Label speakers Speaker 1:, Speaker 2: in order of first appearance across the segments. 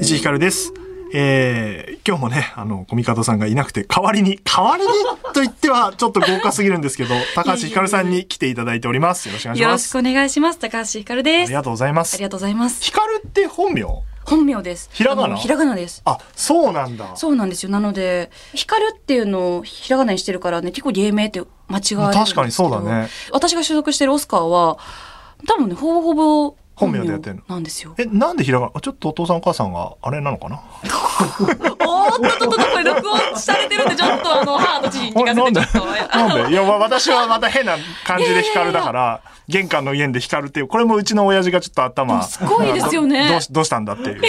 Speaker 1: 石井ひかるです。えー、今日もね、あの、コミカドさんがいなくて、代わりに、代わりにと言っては、ちょっと豪華すぎるんですけ ど、高橋ひかるさんに来ていただいております。よろしくお願いし
Speaker 2: よろ
Speaker 1: ま
Speaker 2: し
Speaker 1: す。
Speaker 2: くお願いします。高橋ひかるで
Speaker 1: あり
Speaker 2: す。
Speaker 1: がとうございま
Speaker 2: あ
Speaker 1: す
Speaker 2: り。がとうございます。
Speaker 1: ひかるって本名
Speaker 2: 本名です。
Speaker 1: ひらがな
Speaker 2: あのひらがなです。
Speaker 1: あ、そうなんだ。
Speaker 2: そうなんですよ。なので、光るっていうのをひらがなにしてるからね、結構芸名って間違われるんですけど
Speaker 1: 確かにそうだね。
Speaker 2: 私が所属してるオスカーは、多分ね、ほぼほぼ
Speaker 1: 本名でやってんの
Speaker 2: なんですよ。
Speaker 1: え、なんでひらがな、ちょっとお父さんお母さんが、あれなのかな
Speaker 2: おーっとっとっと、これ録音されてるんで、ちょっとあの、母の父に聞かせ
Speaker 1: な
Speaker 2: て、
Speaker 1: んで
Speaker 2: ちょっと。
Speaker 1: なんでいや、まあ私はまた変な感じでひかるだから、玄関の家でひかるっていう、これもうちの親父がちょっと頭。
Speaker 2: すごいですよね
Speaker 1: どうしどうしたんだっていう。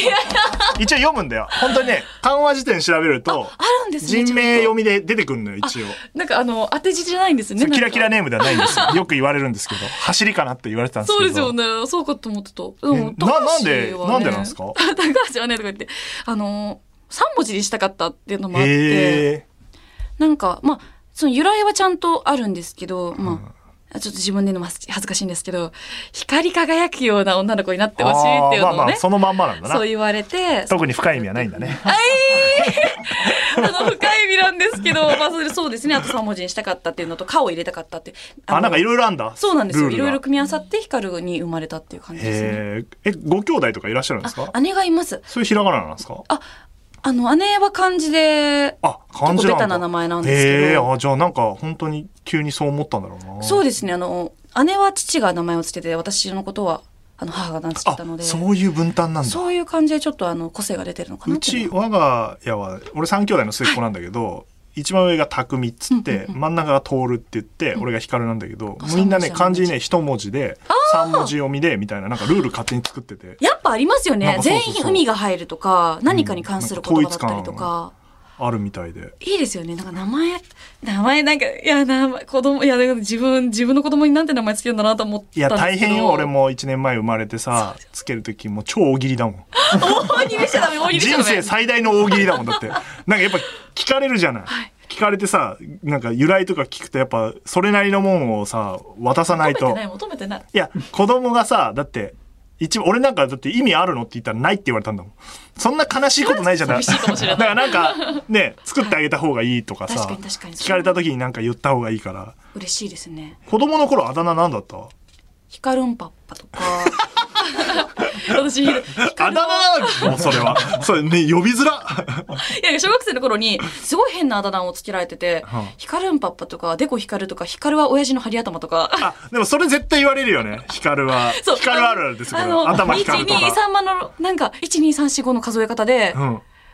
Speaker 1: 一応読むんだよ。本当にね、漢和辞典調べると、
Speaker 2: あるんですね。
Speaker 1: 人名
Speaker 2: ちょっ
Speaker 1: 読みで出てくるのよ、一応。
Speaker 2: となんかあの、当て字じゃないんですね。
Speaker 1: そうキラキラ
Speaker 2: ね。
Speaker 1: ネームではないんですよ。よく言われるんですけ ど、走りかなって言われてたんです
Speaker 2: そう
Speaker 1: け
Speaker 2: です
Speaker 1: ど。
Speaker 2: よね。そうかと思ってた。で
Speaker 1: え
Speaker 2: も、高橋
Speaker 1: ななんで、
Speaker 2: はね
Speaker 1: なんでなんですか
Speaker 2: 高橋はね、とか言って、あの、3文字にしたかったっていうのもあって、
Speaker 1: へえ。
Speaker 2: なんか、まあ、その由来はちゃんとあるんですけど、
Speaker 1: うん
Speaker 2: まあ、ちょっと自分で言うのも恥ず恥ずかしいんですけど、光り輝くような女の子になってほしいっていう
Speaker 1: あーま
Speaker 2: の
Speaker 1: あ
Speaker 2: を
Speaker 1: ま
Speaker 2: ね、
Speaker 1: あ、そのまんまなんだ
Speaker 2: そう
Speaker 1: な。
Speaker 2: 言われて、
Speaker 1: 特に深い意味はないんだね。
Speaker 2: あの、深い意味なんですけど、まあ、それそうですね、あと3文字にしたかったっていうのと、顔を入れたかったって。
Speaker 1: あ、なんかい
Speaker 2: ろ
Speaker 1: ろいろあんだ。
Speaker 2: そうなんですよ。
Speaker 1: ル
Speaker 2: い
Speaker 1: ール
Speaker 2: ろ
Speaker 1: が
Speaker 2: いろ組み合わさって、光に生まれたっていう感じですね。
Speaker 1: へえ。え、ご兄弟とかいらっしゃるんですか
Speaker 2: あ、姉がいます。
Speaker 1: そういうひらがななんですか
Speaker 2: あ、あの、姉は漢字で、
Speaker 1: あ、漢字なんだ。
Speaker 2: 結構ベタな名前なんですけど
Speaker 1: へえ、あ、じゃあなんか本当に急にそう思ったんだろうな。
Speaker 2: そう
Speaker 1: う
Speaker 2: ですね、あの、姉は父が名前をつけて、私のことは、あの、母が名付け
Speaker 1: あ
Speaker 2: たの、で、
Speaker 1: そういう分担なんだ。
Speaker 2: そういう感じでちょっとあの、個性が出てるのかな
Speaker 1: う
Speaker 2: ってい
Speaker 1: ち
Speaker 2: うのは。
Speaker 1: 我が家は俺3兄弟の末っ子なんだけど、一番上が匠っつって、真ん中が徹って言って、俺が光なんだけど、
Speaker 2: あ
Speaker 1: みんなね
Speaker 2: 三文字
Speaker 1: 漢字ね一文字で三文字読みでみたいななんかルール勝手に作ってて
Speaker 2: やっぱありますよ
Speaker 1: なん
Speaker 2: ね
Speaker 1: か。そうそう
Speaker 2: 全
Speaker 1: そう
Speaker 2: 員海が入るとか、何かに関する言葉だったりと
Speaker 1: うんな
Speaker 2: か。
Speaker 1: あるみたいで
Speaker 2: いいですよね。なんか名前、名前なんか、いや、名前、子供、いや、だから自分、自分の子供になんて名前つけるんだなと思ったんです
Speaker 1: い
Speaker 2: けど。
Speaker 1: や大変よ俺。も1年前生まれてさつける時もう超大喜利だもん
Speaker 2: 大喜利しちゃダメ、大喜利しちゃ
Speaker 1: 人
Speaker 2: ダメ。
Speaker 1: 生最大の大喜利だもんだってなんかやっぱ聞かれるじゃない、聞かれてさなんか由来とか聞くとやっぱそれなりのもんをさ渡さない
Speaker 2: 求めて
Speaker 1: と
Speaker 2: ない、求めてない。
Speaker 1: いや、子供がさ、だって、一番、俺なんかだって意味あるのって言ったらないって言われたんだもん。そんな悲しいことないじゃない。
Speaker 2: 寂しいかもしれない
Speaker 1: だからなんか、ね、作ってあげた方がいいとかさ、
Speaker 2: 確かに確かに
Speaker 1: 聞かれた時になんか言った方がいいから。
Speaker 2: 嬉しいですね。
Speaker 1: 子供の頃あだ名なんだった
Speaker 2: ヒカルンパッパとか。 私、ヒカ
Speaker 1: あだ名
Speaker 2: ルン
Speaker 1: なわけもうそれは。それね、呼びづら。
Speaker 2: いや、小学生の頃に、すごい変なあだ名をつけられてて
Speaker 1: はあ、
Speaker 2: ヒカルンパッパとか、デコヒカルとか、ヒカルは親父の針頭とか。
Speaker 1: あ、でもそれ絶対言われるよね。ヒカルは。ヒカルあるあるですよ、
Speaker 2: あ
Speaker 1: これ
Speaker 2: の、
Speaker 1: は。頭
Speaker 2: 1、
Speaker 1: ヒカル
Speaker 2: 2、
Speaker 1: とか。
Speaker 2: 3番の、なんか、1、2、3、4、5の数え方で、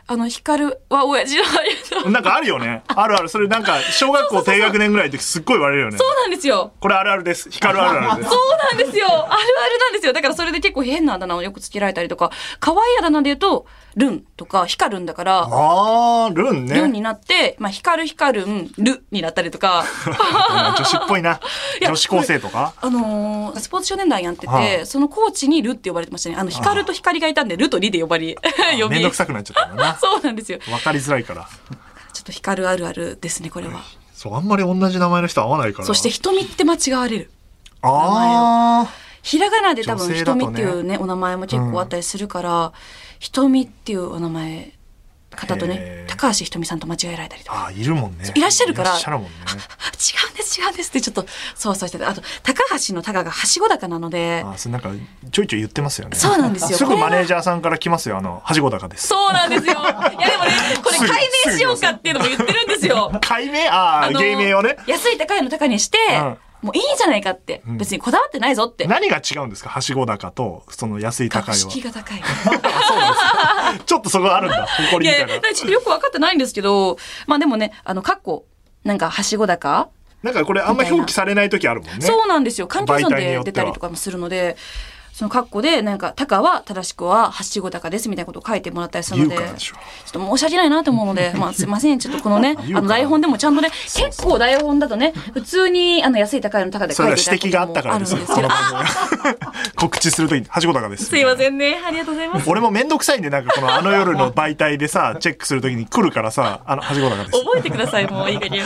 Speaker 2: あの、ヒカルは親父の針頭。
Speaker 1: うん。なんかあるよね。あるある。それなんか、小学校低学年ぐらいの時すっごい言われるよね。
Speaker 2: そうなんですよ。
Speaker 1: これあるあるです。ヒカルあるあるです。
Speaker 2: そうなんですよ。あるあるなんですよ。だからそれで結構変なあだ名をよくつけられたりとか、可愛いあだ名で言うと、ルンとか、ヒカルンだから、
Speaker 1: あー、ルンね。
Speaker 2: ルンになって、まあ、光る光るん、ルになったりとか、
Speaker 1: 女子っぽい な。
Speaker 2: や
Speaker 1: 女子高生とか。
Speaker 2: あのースポーツ少年団やってて、
Speaker 1: はあ
Speaker 2: そのコーチにルって呼ばれてましたね。あの、光ると光がいたんで、ルとリで呼ばれ、 呼
Speaker 1: めん
Speaker 2: び
Speaker 1: どく。さくなっちゃったんだ
Speaker 2: そうなんですよ。
Speaker 1: な。わかりづらいから。
Speaker 2: ちょっと光るあるあるですね、これは。
Speaker 1: そう、あんまり同じ名前の人合わないから。
Speaker 2: そして、瞳って間違われる。
Speaker 1: あ
Speaker 2: ひらがなで多分、
Speaker 1: 女性だとね
Speaker 2: 瞳っていうね、お名前も結構あったりするから、瞳っていうお名前、方と
Speaker 1: へ
Speaker 2: ね
Speaker 1: え、
Speaker 2: 高橋ひとみさんと間違えられたりとか。
Speaker 1: あ。あーいるもんね。
Speaker 2: いらっしゃるから
Speaker 1: いらっしゃるもんね。
Speaker 2: あ違うんです、違うんですって、ちょっと、そうそうしてて。あと、高橋の高がはしご高なので
Speaker 1: あ、ーそれなんか、ちょいちょい言ってますよね。
Speaker 2: そうなんですよ
Speaker 1: すぐ
Speaker 2: これは
Speaker 1: マネージャーさんから来ますよ。あの、はしご高です。
Speaker 2: そうな んですよ。いやでもね、これ
Speaker 1: すぐ
Speaker 2: 解明しようかっていうのも言ってるんですよ。
Speaker 1: 解明ああ、
Speaker 2: の
Speaker 1: 芸名をね。
Speaker 2: 安い高いの高にして、もういいじゃないかって。
Speaker 1: ん
Speaker 2: 別にこだわってないぞって。
Speaker 1: 何が違うんですかはしご高と、その安い高い
Speaker 2: 格
Speaker 1: は。
Speaker 2: 式が高い。
Speaker 1: あそうなんですかちょっとそこあるんだ。誇
Speaker 2: い
Speaker 1: りみた
Speaker 2: や
Speaker 1: い
Speaker 2: いや、
Speaker 1: な
Speaker 2: だか。らちょっとよくわかってないんですけど、まあでもね、あの、かっこ、なんか、はしご高、
Speaker 1: なんかこれあんま表記されない時あるもんね。
Speaker 2: そうなんですよ。環境
Speaker 1: 媒
Speaker 2: 算
Speaker 1: 体によ
Speaker 2: で
Speaker 1: っては
Speaker 2: 出たりとかもするので、その括弧で、なんか、タカは正しくは、はしごタカですみたいなことを書いてもらったりするので、
Speaker 1: 言う
Speaker 2: ちょ
Speaker 1: からでしょ
Speaker 2: っと申し訳ないなと思う ので、まあ、すいません。ちょっとこのね、
Speaker 1: 言うから
Speaker 2: あの、台本でもちゃんとね、結構台本だとね、普通に、あの、安い高いの高で
Speaker 1: そ
Speaker 2: 書
Speaker 1: れ
Speaker 2: い
Speaker 1: は
Speaker 2: て
Speaker 1: 指摘があったから
Speaker 2: ある
Speaker 1: です
Speaker 2: んで
Speaker 1: よ。
Speaker 2: す
Speaker 1: こ
Speaker 2: よ
Speaker 1: の。番組が 告知するときに、はしごたかです。
Speaker 2: すいませんね。ありがとうござ います。
Speaker 1: 俺もめんどくさいんで、なんかこのあの夜の媒体で さ、チェックするときに来るからさ、あの、はしごたかです。
Speaker 2: 覚えてください、もういい加 減。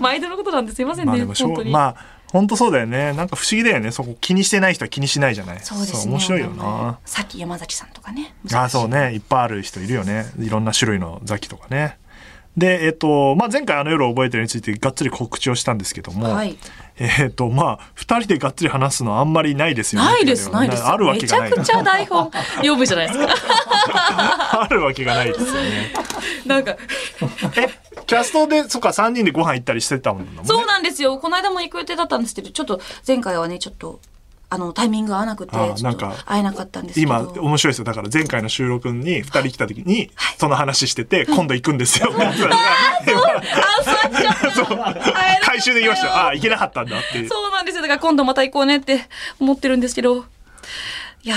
Speaker 2: 毎度のことなんですいません
Speaker 1: まあ
Speaker 2: ね、
Speaker 1: でもしょ
Speaker 2: 本当
Speaker 1: う、
Speaker 2: に。
Speaker 1: まあ、本当そうだよね。なんか不思議だよね。そこ気にしてない人は気にしないじゃない。
Speaker 2: そうですね。
Speaker 1: 面白いよな。。
Speaker 2: さっき山崎さんとかね。
Speaker 1: ああ、そうね。いっぱいある人いるよね。いろんな種類のザキとかね。で、えっと、まあ、前回あの夜を覚えてるについてがっつり告知をしたんですけども、
Speaker 2: はい
Speaker 1: えっと、まあ、二人でがっつり話すのはあんまりないですよね。
Speaker 2: ないです、
Speaker 1: ってうの
Speaker 2: な
Speaker 1: はいね
Speaker 2: です。
Speaker 1: あるわけがない
Speaker 2: めち。ゃくちゃ台本読むじゃないですか。
Speaker 1: あるわけがないですよね。
Speaker 2: なんか、
Speaker 1: え、キャストで、そっか、三人でご飯行ったりしてたもんだもんね。
Speaker 2: そうなんですよ。この間も行く予定だったんですけど、ちょっと前回はね、ちょっと、あの、タイミングが合わなくて、
Speaker 1: あ
Speaker 2: ちょ
Speaker 1: な
Speaker 2: っ
Speaker 1: ん
Speaker 2: と
Speaker 1: か
Speaker 2: 会えなかったんですけど。
Speaker 1: 今、面白いですよ。だから前回の収録に二人来た時に、その話してて、今度行くんですよ。
Speaker 2: あ、そうなっちゃ った会えなかったよ
Speaker 1: 回収できました。ああー、行けなかったんだっていう。
Speaker 2: そうなんですよ。だから今度また行こうねって思ってるんですけど。いや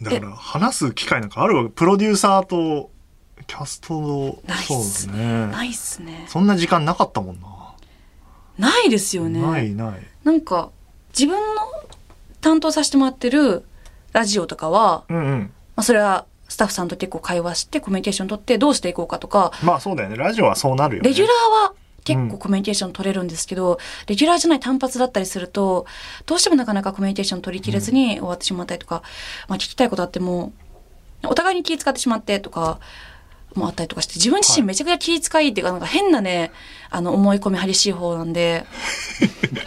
Speaker 1: だ
Speaker 2: ー。
Speaker 1: から話す機会なんかあるわけプロデューサーとキャストの
Speaker 2: ないっ
Speaker 1: そうですす
Speaker 2: ね
Speaker 1: ね
Speaker 2: ないっすね。
Speaker 1: そんな時間なかったもんな、
Speaker 2: ないですよね。
Speaker 1: ないない
Speaker 2: なんか、自分の担当させてもらってるラジオとかは、
Speaker 1: うんうん
Speaker 2: まあ、それはスタッフさんと結構会話してコミュニケーション取ってどうしていこうかとか、
Speaker 1: まあそうだよねラジオはそうなるよね
Speaker 2: レギュラーは結
Speaker 1: う
Speaker 2: 構
Speaker 1: ん
Speaker 2: コミュニケーション取れるんですけど、レギュラーじゃない単発だったりすると、どうしてもなかなかコミュニケーション取りきれずに終わってしまったりとか、まあ聞きたいことあっても、お互いに気使ってしまってとか、もあったりとかして、自分自身めちゃくちゃ気使いっていうか、なんか変なね、あの、思い込み激しい方なん で、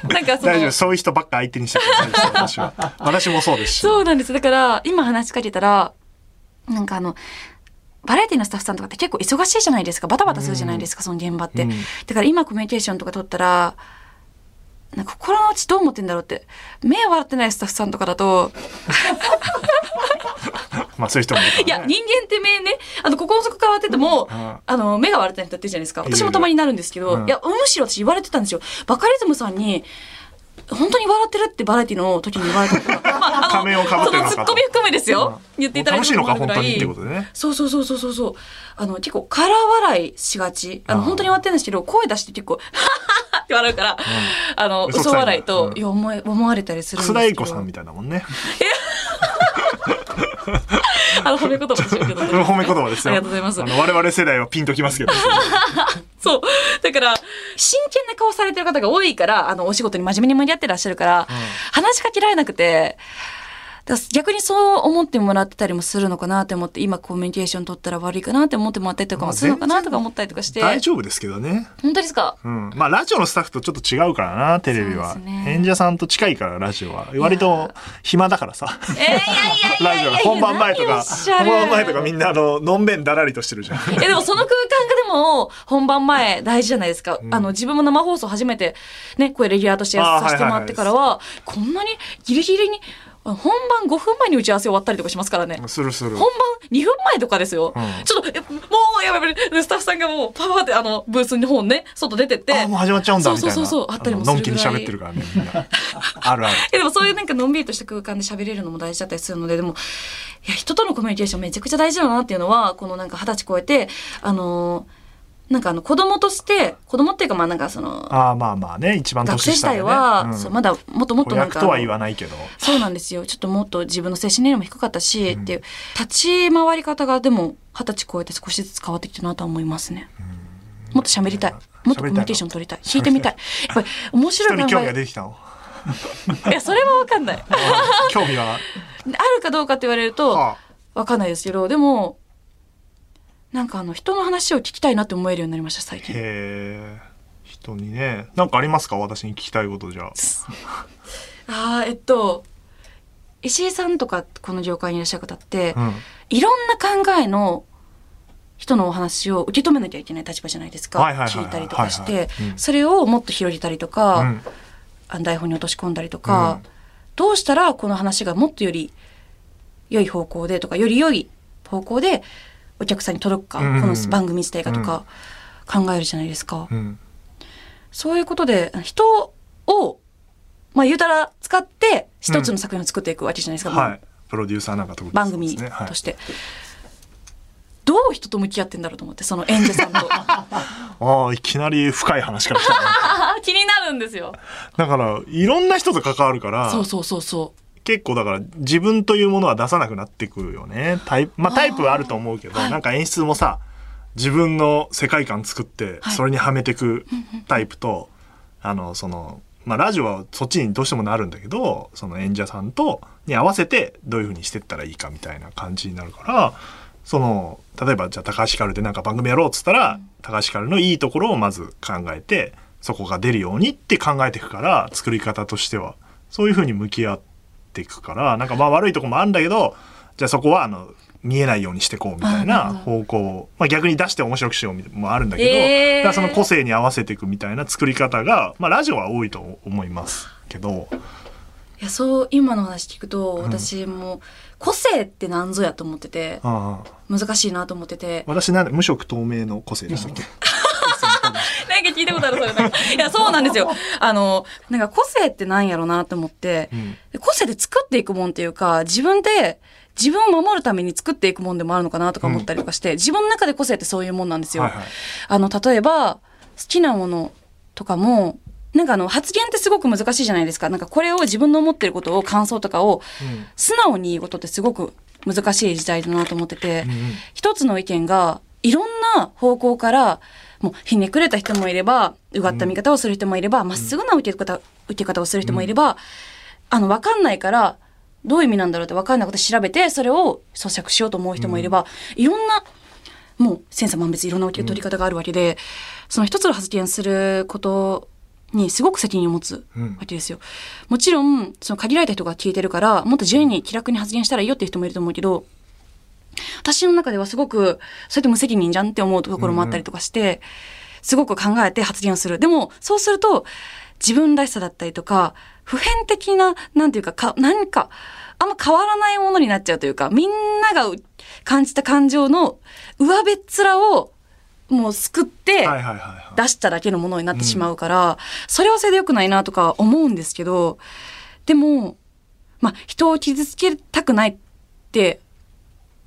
Speaker 2: なんかその
Speaker 1: 大丈夫、そういう人ばっか相手にしてください私は私もそうですし
Speaker 2: そうなんです。だから、今話しかけたら、なんかあの、バラエティのスタッフさんとかって結構忙しいじゃないですか。バタバタするじゃないですか、その現場って。
Speaker 1: うん
Speaker 2: だから今コミュニケーションとか取ったら、なんか心の内どう思ってんだろうって。目笑ってないスタッフさんとかだと、
Speaker 1: まあそういう人もいる
Speaker 2: い
Speaker 1: か
Speaker 2: や、
Speaker 1: ら、ね、
Speaker 2: 人間って目ね、あの、ここの底変わってても、
Speaker 1: うん
Speaker 2: あの、目が割れてない人っているじゃないですか。
Speaker 1: いるいる
Speaker 2: 私もたまになるんですけど、
Speaker 1: うん
Speaker 2: いや、むしろ私言われてたんですよ。バカリズムさんに、本当に笑ってるってバラエティの時に言わ れたから、まあ、あの
Speaker 1: 仮面をかぶってるのかと
Speaker 2: そのツッコミ含めですよ。言っていただい
Speaker 1: 楽
Speaker 2: て
Speaker 1: しいのか
Speaker 2: も
Speaker 1: 本
Speaker 2: らう
Speaker 1: 当
Speaker 2: ぐら
Speaker 1: にってことでね
Speaker 2: そうそうそうそうそうそう。あの、結構、空笑いしがち。あの、
Speaker 1: あー
Speaker 2: 本当に笑ってるんですけど、声出して結構、は ははって笑うから、あの、
Speaker 1: 嘘くさいな
Speaker 2: 嘘笑いと、
Speaker 1: うん
Speaker 2: いや、思い、思われたりするんです
Speaker 1: 楠
Speaker 2: けど。
Speaker 1: 田英子さんみたいなもんね
Speaker 2: あの、褒め言葉でしょうけ ど。
Speaker 1: 褒め言葉ですよ
Speaker 2: ありがとうございます
Speaker 1: あの我々世代はピンときます けど
Speaker 2: そう。だから、真剣な顔されてる方が多いから、あの、お仕事に真面目に向き合ってらっしゃるから、話しかけられなくて、だから逆にそう思ってもらってたりもするのかなって思って、今コミュニケーション取ったら悪いかなって思ってもらったりとかもするのかなとか思ったりとかして。
Speaker 1: 大丈夫ですけどね
Speaker 2: 本当ですか
Speaker 1: うん、まあラジオのスタッフとちょっと違うからなテレビは、
Speaker 2: そうですね
Speaker 1: 演者さんと近いからラジオは割と暇だからさ
Speaker 2: えー、いやいやいや
Speaker 1: ラジオ本番前とか本番前とかみんなあののんべんだらりとしてるじゃん
Speaker 2: えでもその空間がでも本番前大事じゃないですか、あの自分も生放送初めてねこれレギュラーとして
Speaker 1: あー
Speaker 2: させてもらってからは,、こんなにギリギリにあ本番5分前に打ち合わせ終わったりとかしますからね
Speaker 1: するする
Speaker 2: 本番2分前とかですよ、
Speaker 1: うん
Speaker 2: ちょっとえもうやばいやばいスタッフさんがもうパワーってあのブースの方ね外出てって
Speaker 1: あもう始まっちゃうんだみたいな
Speaker 2: そうそうそうそうあったりもする
Speaker 1: のんきに
Speaker 2: ぐらい
Speaker 1: 喋ってるからねみんなあるある
Speaker 2: えでもそういうなんかのんびりとした空間で喋れるのも大事だったりするので、でも、いや、人とのコミュニケーションめちゃくちゃ大事だなっていうのは、このなんか二十歳超えて、あのーなんかあの子供として、子供っていうかまあなんかその、
Speaker 1: ああまあまあね一番
Speaker 2: 学生
Speaker 1: 年
Speaker 2: 時
Speaker 1: 下で、ね、
Speaker 2: 代は、
Speaker 1: うん
Speaker 2: そうまだもっともっと
Speaker 1: 子
Speaker 2: なん
Speaker 1: 役
Speaker 2: か、
Speaker 1: とは言わないけど
Speaker 2: そうなんですよ。ちょっともっと自分の精神年齢も低かったし、っていう、立ち回り方がでも二十歳超えて少しずつ変わってきたなとは思いますね。もっと喋りたい。もっとコミュニケーション取りたい。弾いてみたい。やっぱり面白
Speaker 1: 人
Speaker 2: い
Speaker 1: に
Speaker 2: 考
Speaker 1: 興味が
Speaker 2: え。
Speaker 1: 出てきたの
Speaker 2: いや、それはわかんない。
Speaker 1: 興味は
Speaker 2: あるかどうかって言われると、
Speaker 1: あ
Speaker 2: わかんないですけど、でも、なんかあの、人の話を聞きたいなって思えるようになりました、最近。
Speaker 1: へえ人にねなんかありますか私に聞きたいことじゃあ
Speaker 2: ああ、えっと、石井さんとか、この業界にいらっしゃる方って、
Speaker 1: うん
Speaker 2: いろんな考えの人のお話を受け止めなきゃいけない立場じゃないですか。
Speaker 1: はいはいはいはい
Speaker 2: 聞いたりとかし
Speaker 1: はい
Speaker 2: て
Speaker 1: はいうん、
Speaker 2: それをもっと広げたりとか、
Speaker 1: うん
Speaker 2: あの台本に落とし込んだりとか、
Speaker 1: う
Speaker 2: どうしたらこの話がもっとより良い方向でとかより良い方向でお客さんに届くか、
Speaker 1: うん
Speaker 2: この番組自体がとか考えるじゃないですか、
Speaker 1: うん
Speaker 2: そういうことで人をまあ言うたら使って一つの作品を作っていくわけじゃないですか、
Speaker 1: はい。プロデューサーなんか特に
Speaker 2: 番
Speaker 1: そうで
Speaker 2: 組
Speaker 1: すね、はい
Speaker 2: として、どう人と向き合ってんだろうと思ってその演者さんとあ
Speaker 1: ああ、いきなり深い話から来たね。
Speaker 2: ー 気になるんですよ
Speaker 1: だから、いろんな人と関わるから、
Speaker 2: そうそうそうそう
Speaker 1: 結構だから自分というものは出さなくなってくるよね。タイプ、まあタイプはあると思うけど、
Speaker 2: はい
Speaker 1: なんか演出もさ、自分の世界観作って、
Speaker 2: はい
Speaker 1: それにはめてくタイプと、あの、その、まあラジオはそっちにどうしてもなるんだけど、その演者さんと、に合わせてどういうふうにしてったらいいかみたいな感じになるから、その、例えばじゃあ高橋ひかるでなんか番組やろうっつったら、高橋ひかるのいいところをまず考えて、そこが出るようにって考えていくから、作り方としては、そういうふうに向き合っていくから、なんかまあ悪いとこもあるんだけど、じゃあそこはあの、見えないようにしてこうみたい
Speaker 2: あな
Speaker 1: な
Speaker 2: る
Speaker 1: 方向を、まあ逆に出して面白くしようみたいなのもあるんだけど、
Speaker 2: えー
Speaker 1: だからその個性に合わせていくみたいな作り方が、まあラジオは多いと思いますけど、
Speaker 2: いやそう今の話聞くと私も個性って何ぞやと思ってて
Speaker 1: ああ
Speaker 2: 難しいなと思ってて
Speaker 1: 私なんで無色透明の個性でしたっけ
Speaker 2: なんか聞いたことあるそれなんかいやそうなんです よあのなんか個性ってなんやろうなと思って
Speaker 1: うん
Speaker 2: 個性で作っていくもんっていうか自分で自分を守るために作っていくもんでもあるのかなとか思ったりとかして、自分の中で個性ってそういうもんなんですよ。
Speaker 1: はいはい
Speaker 2: あの例えば好きなものとかもなんかあの発言ってすごく難しいじゃないですか。なんかこれを自分の思ってることを感想とかを
Speaker 1: うん
Speaker 2: 素直に言うことってすごく難しい時代だなと思ってて、
Speaker 1: うんうん
Speaker 2: 一つの意見がいろんな方向からもうひねくれた人もいればうがった見方をする人もいればま、っすぐな受け方受け方をする人もいれば、あの分かんないからどういう意味なんだろうって分かんないこと調べてそれを咀嚼しようと思う人もいれば、いろんなもう千差万別いろんな受け取り方があるわけで、その一つの発言することにすごく責任を持つ
Speaker 1: うん
Speaker 2: わけですよ。もちろんその限られた人が聞いてるからもっと自由に気楽に発言したらいいよっていう人もいると思うけど私の中ではすごくそれって無責任じゃんって思うところもあったりとかして、すごく考えて発言をするでもそうすると自分らしさだったりとか普遍的ななんていうかか何かあんま変わらないものになっちゃうというかみんながう感じた感情の上辺っ面をもうすくって
Speaker 1: はいはいはいはい。
Speaker 2: 出しただけのものになってしまうから、それはそれで良くないなとか思うんですけど、でも、まあ、人を傷つけたくないって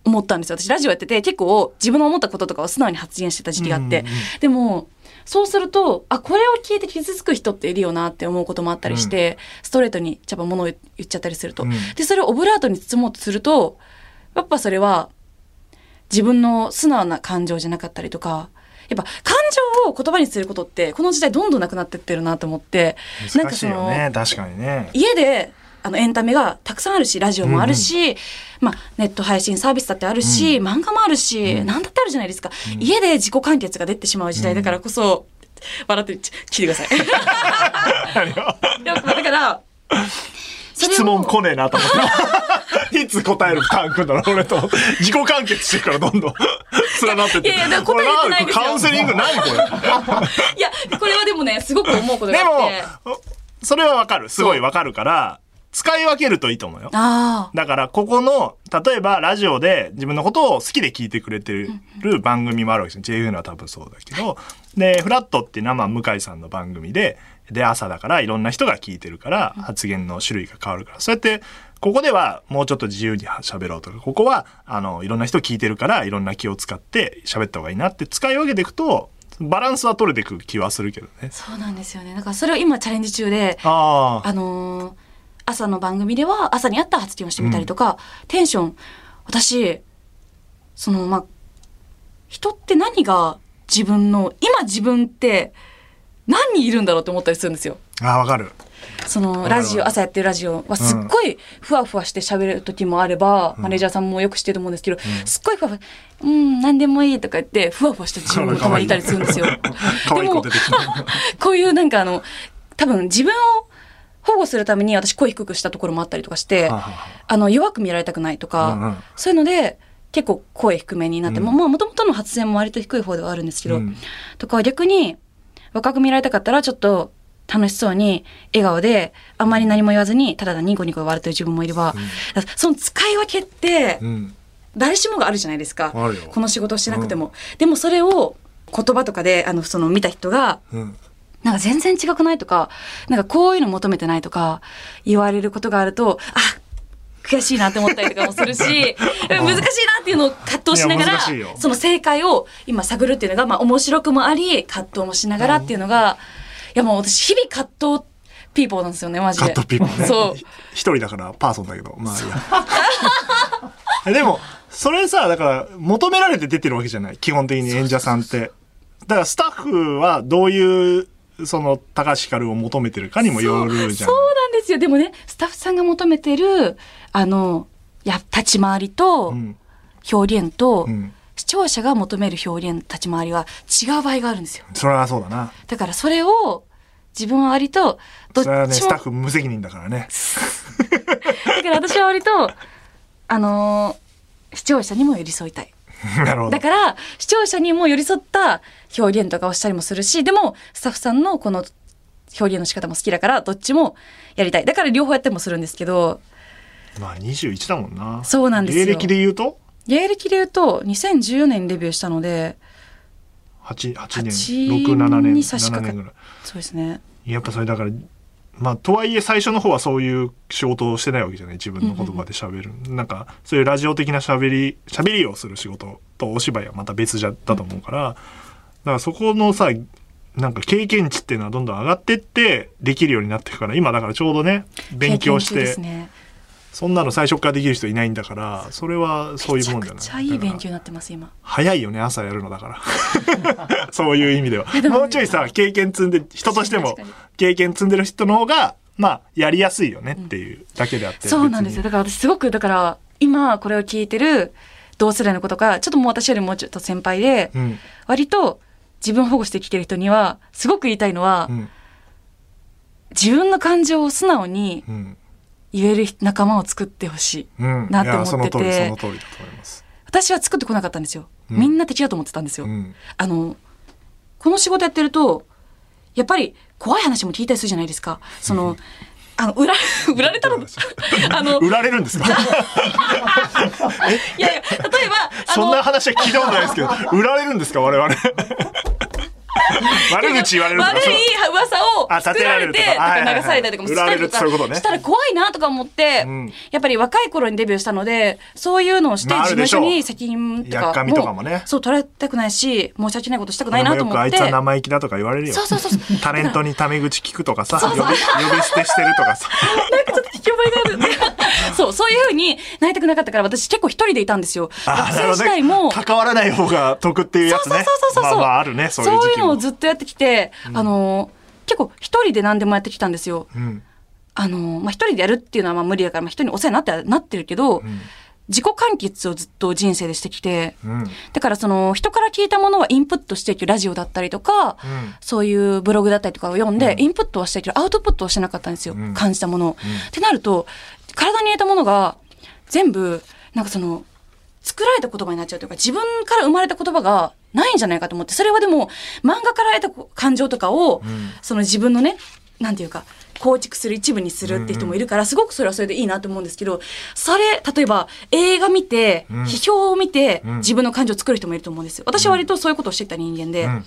Speaker 2: 思ったんですよ。私ラジオやってて結構自分の思ったこととかを素直に発言してた時期があって。
Speaker 1: うんうんうん
Speaker 2: でも、そうすると、あ、これを聞いて傷つく人っているよなって思うこともあったりして、ストレートにちゃば物を言っちゃったりすると。
Speaker 1: うん
Speaker 2: で、それをオブラートに包もうとすると、やっぱそれは自分の素直な感情じゃなかったりとか、やっぱ感情を言葉にすることって、この時代どんどんなくなってってるなと思って、なん
Speaker 1: 難
Speaker 2: か
Speaker 1: し
Speaker 2: そ
Speaker 1: いよ
Speaker 2: の、
Speaker 1: ね。確かにね。
Speaker 2: 家であのエンタメがたくさんあるしラジオもあるし、まあ、ネット配信サービスだってあるし、漫画もあるし、なん、何だってあるじゃないですか、家で自己完結が出てしまう時代だからこそ、笑ってち聞いてくださいでも だからそれを
Speaker 1: 質問来ねえなと思 って。いつ答えるタン君だろう俺と思って。自己完結してるからどんどん連なってって。
Speaker 2: いやいや答えてないです
Speaker 1: こ
Speaker 2: よ
Speaker 1: れカウンセリングないこ
Speaker 2: いやこれはでもねすごく思うこと
Speaker 1: れ。
Speaker 2: があ
Speaker 1: で
Speaker 2: って
Speaker 1: も、それはわかる。すごいわかるから、使い分けるといいと思うよ。
Speaker 2: ああ
Speaker 1: だから、ここの、例えばラジオで自分のことを好きで聞いてくれてる番組もあるわけですよ。JFN は多分そうだけど。で、フラットっていうのは、まあ、向井さんの番組で、で、朝だからいろんな人が聞いてるから、発言の種類が変わるから。そうやって、ここではもうちょっと自由に喋ろうとか、ここは、あの、いろんな人聞いてるから、いろんな気を使って喋った方がいいなって使い分けていくと、バランスは取れていく気はするけどね。
Speaker 2: そうなんですよねだからそれを今チャレンジ中で
Speaker 1: ああ。
Speaker 2: あのー朝の番組では朝に合った発言をしてみたりとか、テンション、私、その、まあ、人って何が自分の、今自分って何人いるんだろうって思ったりするんですよ。
Speaker 1: ああ、わかる。
Speaker 2: その
Speaker 1: る
Speaker 2: ラジオ、朝やってるラジオはすっごいふわふわして喋る時もあれば、マネージャーさんもよく知ってると思うんですけど、すっごいふわふわ、うん、何でもいいとか言って、ふわふわした自分もたまにいたりするんですよ。
Speaker 1: 可愛い子出てきた。
Speaker 2: こういうなんかあの、多分自分を保護するために私声低くしたところもあったりとかして、
Speaker 1: はあはあ
Speaker 2: あの、弱く見られたくないとか、
Speaker 1: うんうん
Speaker 2: そういうので、結構声低めになって、
Speaker 1: うん
Speaker 2: まあまあ、もともとの発言も割と低い方ではあるんですけど、
Speaker 1: うん
Speaker 2: とか逆に、若く見られたかったらちょっと楽しそうに、笑顔で、あんまり何も言わずに、ただニコニコ笑ってる自分もいれば、だからその使い分けって、
Speaker 1: うん。
Speaker 2: 誰しもがあるじゃないですか。
Speaker 1: あるよ
Speaker 2: この仕事をしてなくても。でもそれを、言葉とかで、あの、その見た人が、
Speaker 1: うん。
Speaker 2: なんか全然違くないとか、なんかこういうの求めてないとか言われることがあると、あ悔しいなって思ったりとか もするし、難しいなっていうのを葛藤しなが
Speaker 1: いや
Speaker 2: ら
Speaker 1: 難しいよ、
Speaker 2: その正解を今探るっていうのが、まあ面白くもあり、葛藤もしながらっていうのが、いやもう私日々葛藤ピーポーなんですよね、マジ
Speaker 1: カ
Speaker 2: で。
Speaker 1: ットピーポーね
Speaker 2: そう。
Speaker 1: ひ一人だからパーソンだけどまあいいや でもそれさだから求められて出てるわけじゃない基本的に演者さんってだからスタッフはどういうその高橋ひかるを求めてるかにもよるじゃん
Speaker 2: そうなんですよ。でもね、スタッフさんが求めてる、あの、や、立ち回りと
Speaker 1: う、ん
Speaker 2: 表現と、
Speaker 1: うん
Speaker 2: 視聴者が求める表現、立ち回りは違う場合があるんですよ。
Speaker 1: それはそうだな
Speaker 2: だからそれを、自分は割と、ど
Speaker 1: そ
Speaker 2: っち
Speaker 1: れはねス
Speaker 2: も、
Speaker 1: タッフ無責任だから ね
Speaker 2: だから私は割 と、あのー視聴者にも寄り添いたい。
Speaker 1: なるほど
Speaker 2: だから、視聴者にも寄り添った表現とかをしたりもするし、でも、スタッフさんのこの表現の仕方も好きだから、どっちもやりたい。だから両方やってもするんですけど、
Speaker 1: まあ21だもんな
Speaker 2: そうなんですよ
Speaker 1: 芸歴で言うと
Speaker 2: 芸歴で言うと2014年にデビューしたので
Speaker 1: 8, 8年
Speaker 2: 8
Speaker 1: 67年
Speaker 2: に差し
Speaker 1: 7
Speaker 2: 掛か
Speaker 1: 年ぐらい
Speaker 2: そうですね
Speaker 1: やっぱそれだからまあとはいえ最初の方はそういう仕事をしてないわけじゃない自分の言葉で喋る、なんかそういうラジオ的な喋り喋りをする仕事とお芝居はまた別じゃだと思うから、だからそこのさなんか経験値っていうのはどんどん上がってってできるようになっていくから今だからちょうどね勉強し
Speaker 2: 経験中で
Speaker 1: て、
Speaker 2: すね
Speaker 1: そんなの最初からできる人いないんだからそれはそういうもんじゃない
Speaker 2: めちゃくちゃいい勉
Speaker 1: だか
Speaker 2: 強
Speaker 1: ら
Speaker 2: になってます今
Speaker 1: 早いよね朝やるのだから そういう意味では
Speaker 2: でも
Speaker 1: もうちょいさ経験積んで人としても
Speaker 2: 確かに確か
Speaker 1: 経験積んでる人の方がまあやりやすいよねっていうだけであって、
Speaker 2: そうなんですよ
Speaker 1: 別に
Speaker 2: だから私すごくだから今これを聞いてる同世代の子とかちょっともう私よりもうちょっと先輩で、
Speaker 1: うん
Speaker 2: 割と自分を保護してきてる人にはすごく言いたいのは、
Speaker 1: うん
Speaker 2: 自分の感情を素直に
Speaker 1: うん
Speaker 2: 言える仲間を作ってほしい
Speaker 1: うん
Speaker 2: なって
Speaker 1: いや
Speaker 2: 思ってて
Speaker 1: その通りその通りだと思います、
Speaker 2: 私は作ってこなかったんですよ、
Speaker 1: うん
Speaker 2: みんな敵だと思ってたんですよ、
Speaker 1: うん、
Speaker 2: あの、この仕事やってると、やっぱり怖い話も聞いたりするじゃないですか。その、あの、売ら、売られたの、 あの、
Speaker 1: 売られるんですか
Speaker 2: いやいや、例えば、あ
Speaker 1: そん
Speaker 2: の
Speaker 1: な、話は聞いたことないですけど売られるんですか我々 悪口言われるとか
Speaker 2: 悪
Speaker 1: そう
Speaker 2: い噂を
Speaker 1: あ立
Speaker 2: 作
Speaker 1: てら
Speaker 2: ら
Speaker 1: れ
Speaker 2: れ
Speaker 1: る
Speaker 2: て、
Speaker 1: とか
Speaker 2: とか
Speaker 1: はいはいはい
Speaker 2: 流されたりとかもし
Speaker 1: 売ら
Speaker 2: た
Speaker 1: れ
Speaker 2: り
Speaker 1: る
Speaker 2: と
Speaker 1: って
Speaker 2: か
Speaker 1: そういうことね
Speaker 2: したら怖いなとか思って
Speaker 1: うん、
Speaker 2: やっぱり若い頃にデビューしたので、そういうのをして
Speaker 1: まああ
Speaker 2: 事
Speaker 1: るで
Speaker 2: 務
Speaker 1: しょう
Speaker 2: 所に責任と
Speaker 1: やっ
Speaker 2: か
Speaker 1: かみとかもね
Speaker 2: そう取られたくないし、申し訳ないことしたくないな
Speaker 1: 俺
Speaker 2: と
Speaker 1: もよく
Speaker 2: 思
Speaker 1: あ
Speaker 2: っ
Speaker 1: い
Speaker 2: て
Speaker 1: つ。は生意気だとか言われるよ
Speaker 2: そうそうそうそ う。
Speaker 1: タレントにタメ口聞くとかさ呼び呼び捨てしてるとかさ
Speaker 2: なんかちょっと聞き覚え がある。そう、そういうふうになりたくなかったから、私結構一人でいたんですよ。
Speaker 1: あー
Speaker 2: 学
Speaker 1: なるほ
Speaker 2: 生時
Speaker 1: ど
Speaker 2: 代も、
Speaker 1: ね、関わらない方が得っていうやつね
Speaker 2: そうそうそうそうそう
Speaker 1: まあまああるねそういう
Speaker 2: そう
Speaker 1: 時
Speaker 2: いう
Speaker 1: 期
Speaker 2: の
Speaker 1: も
Speaker 2: をずっとやってきて、あの、結構一人で何でもやってきたんですよ。
Speaker 1: うん
Speaker 2: あの、まあ、一人でやるっていうのはまあ無理だから、まあ、人にお世話になってはなってるけど、
Speaker 1: うん
Speaker 2: 自己完結をずっと人生でしてきて、
Speaker 1: うんうん
Speaker 2: だからその人から聞いたものはインプットしていくラジオだったりとか、そういうブログだったりとかを読んで、インプットはしたけど、アウトプットはしてなかったんですよ。
Speaker 1: うん
Speaker 2: 感じたものを、ってなると、体に入れたものが、全部、なんかその、作られた言葉になっちゃうというか、自分から生まれた言葉がないんじゃないかと思って、それはでも、漫画から得た感情とかを、
Speaker 1: ん
Speaker 2: その自分のね、なんていうか、構築する一部にするって人もいるから、すごくそれはそれでいいなと思うんですけど、それ、例えば映画見て、
Speaker 1: うん
Speaker 2: 批評を見て、
Speaker 1: うん
Speaker 2: 自分の感情を作る人もいると思うんですよ。私は割とそういうことをしてきた人間で、
Speaker 1: うん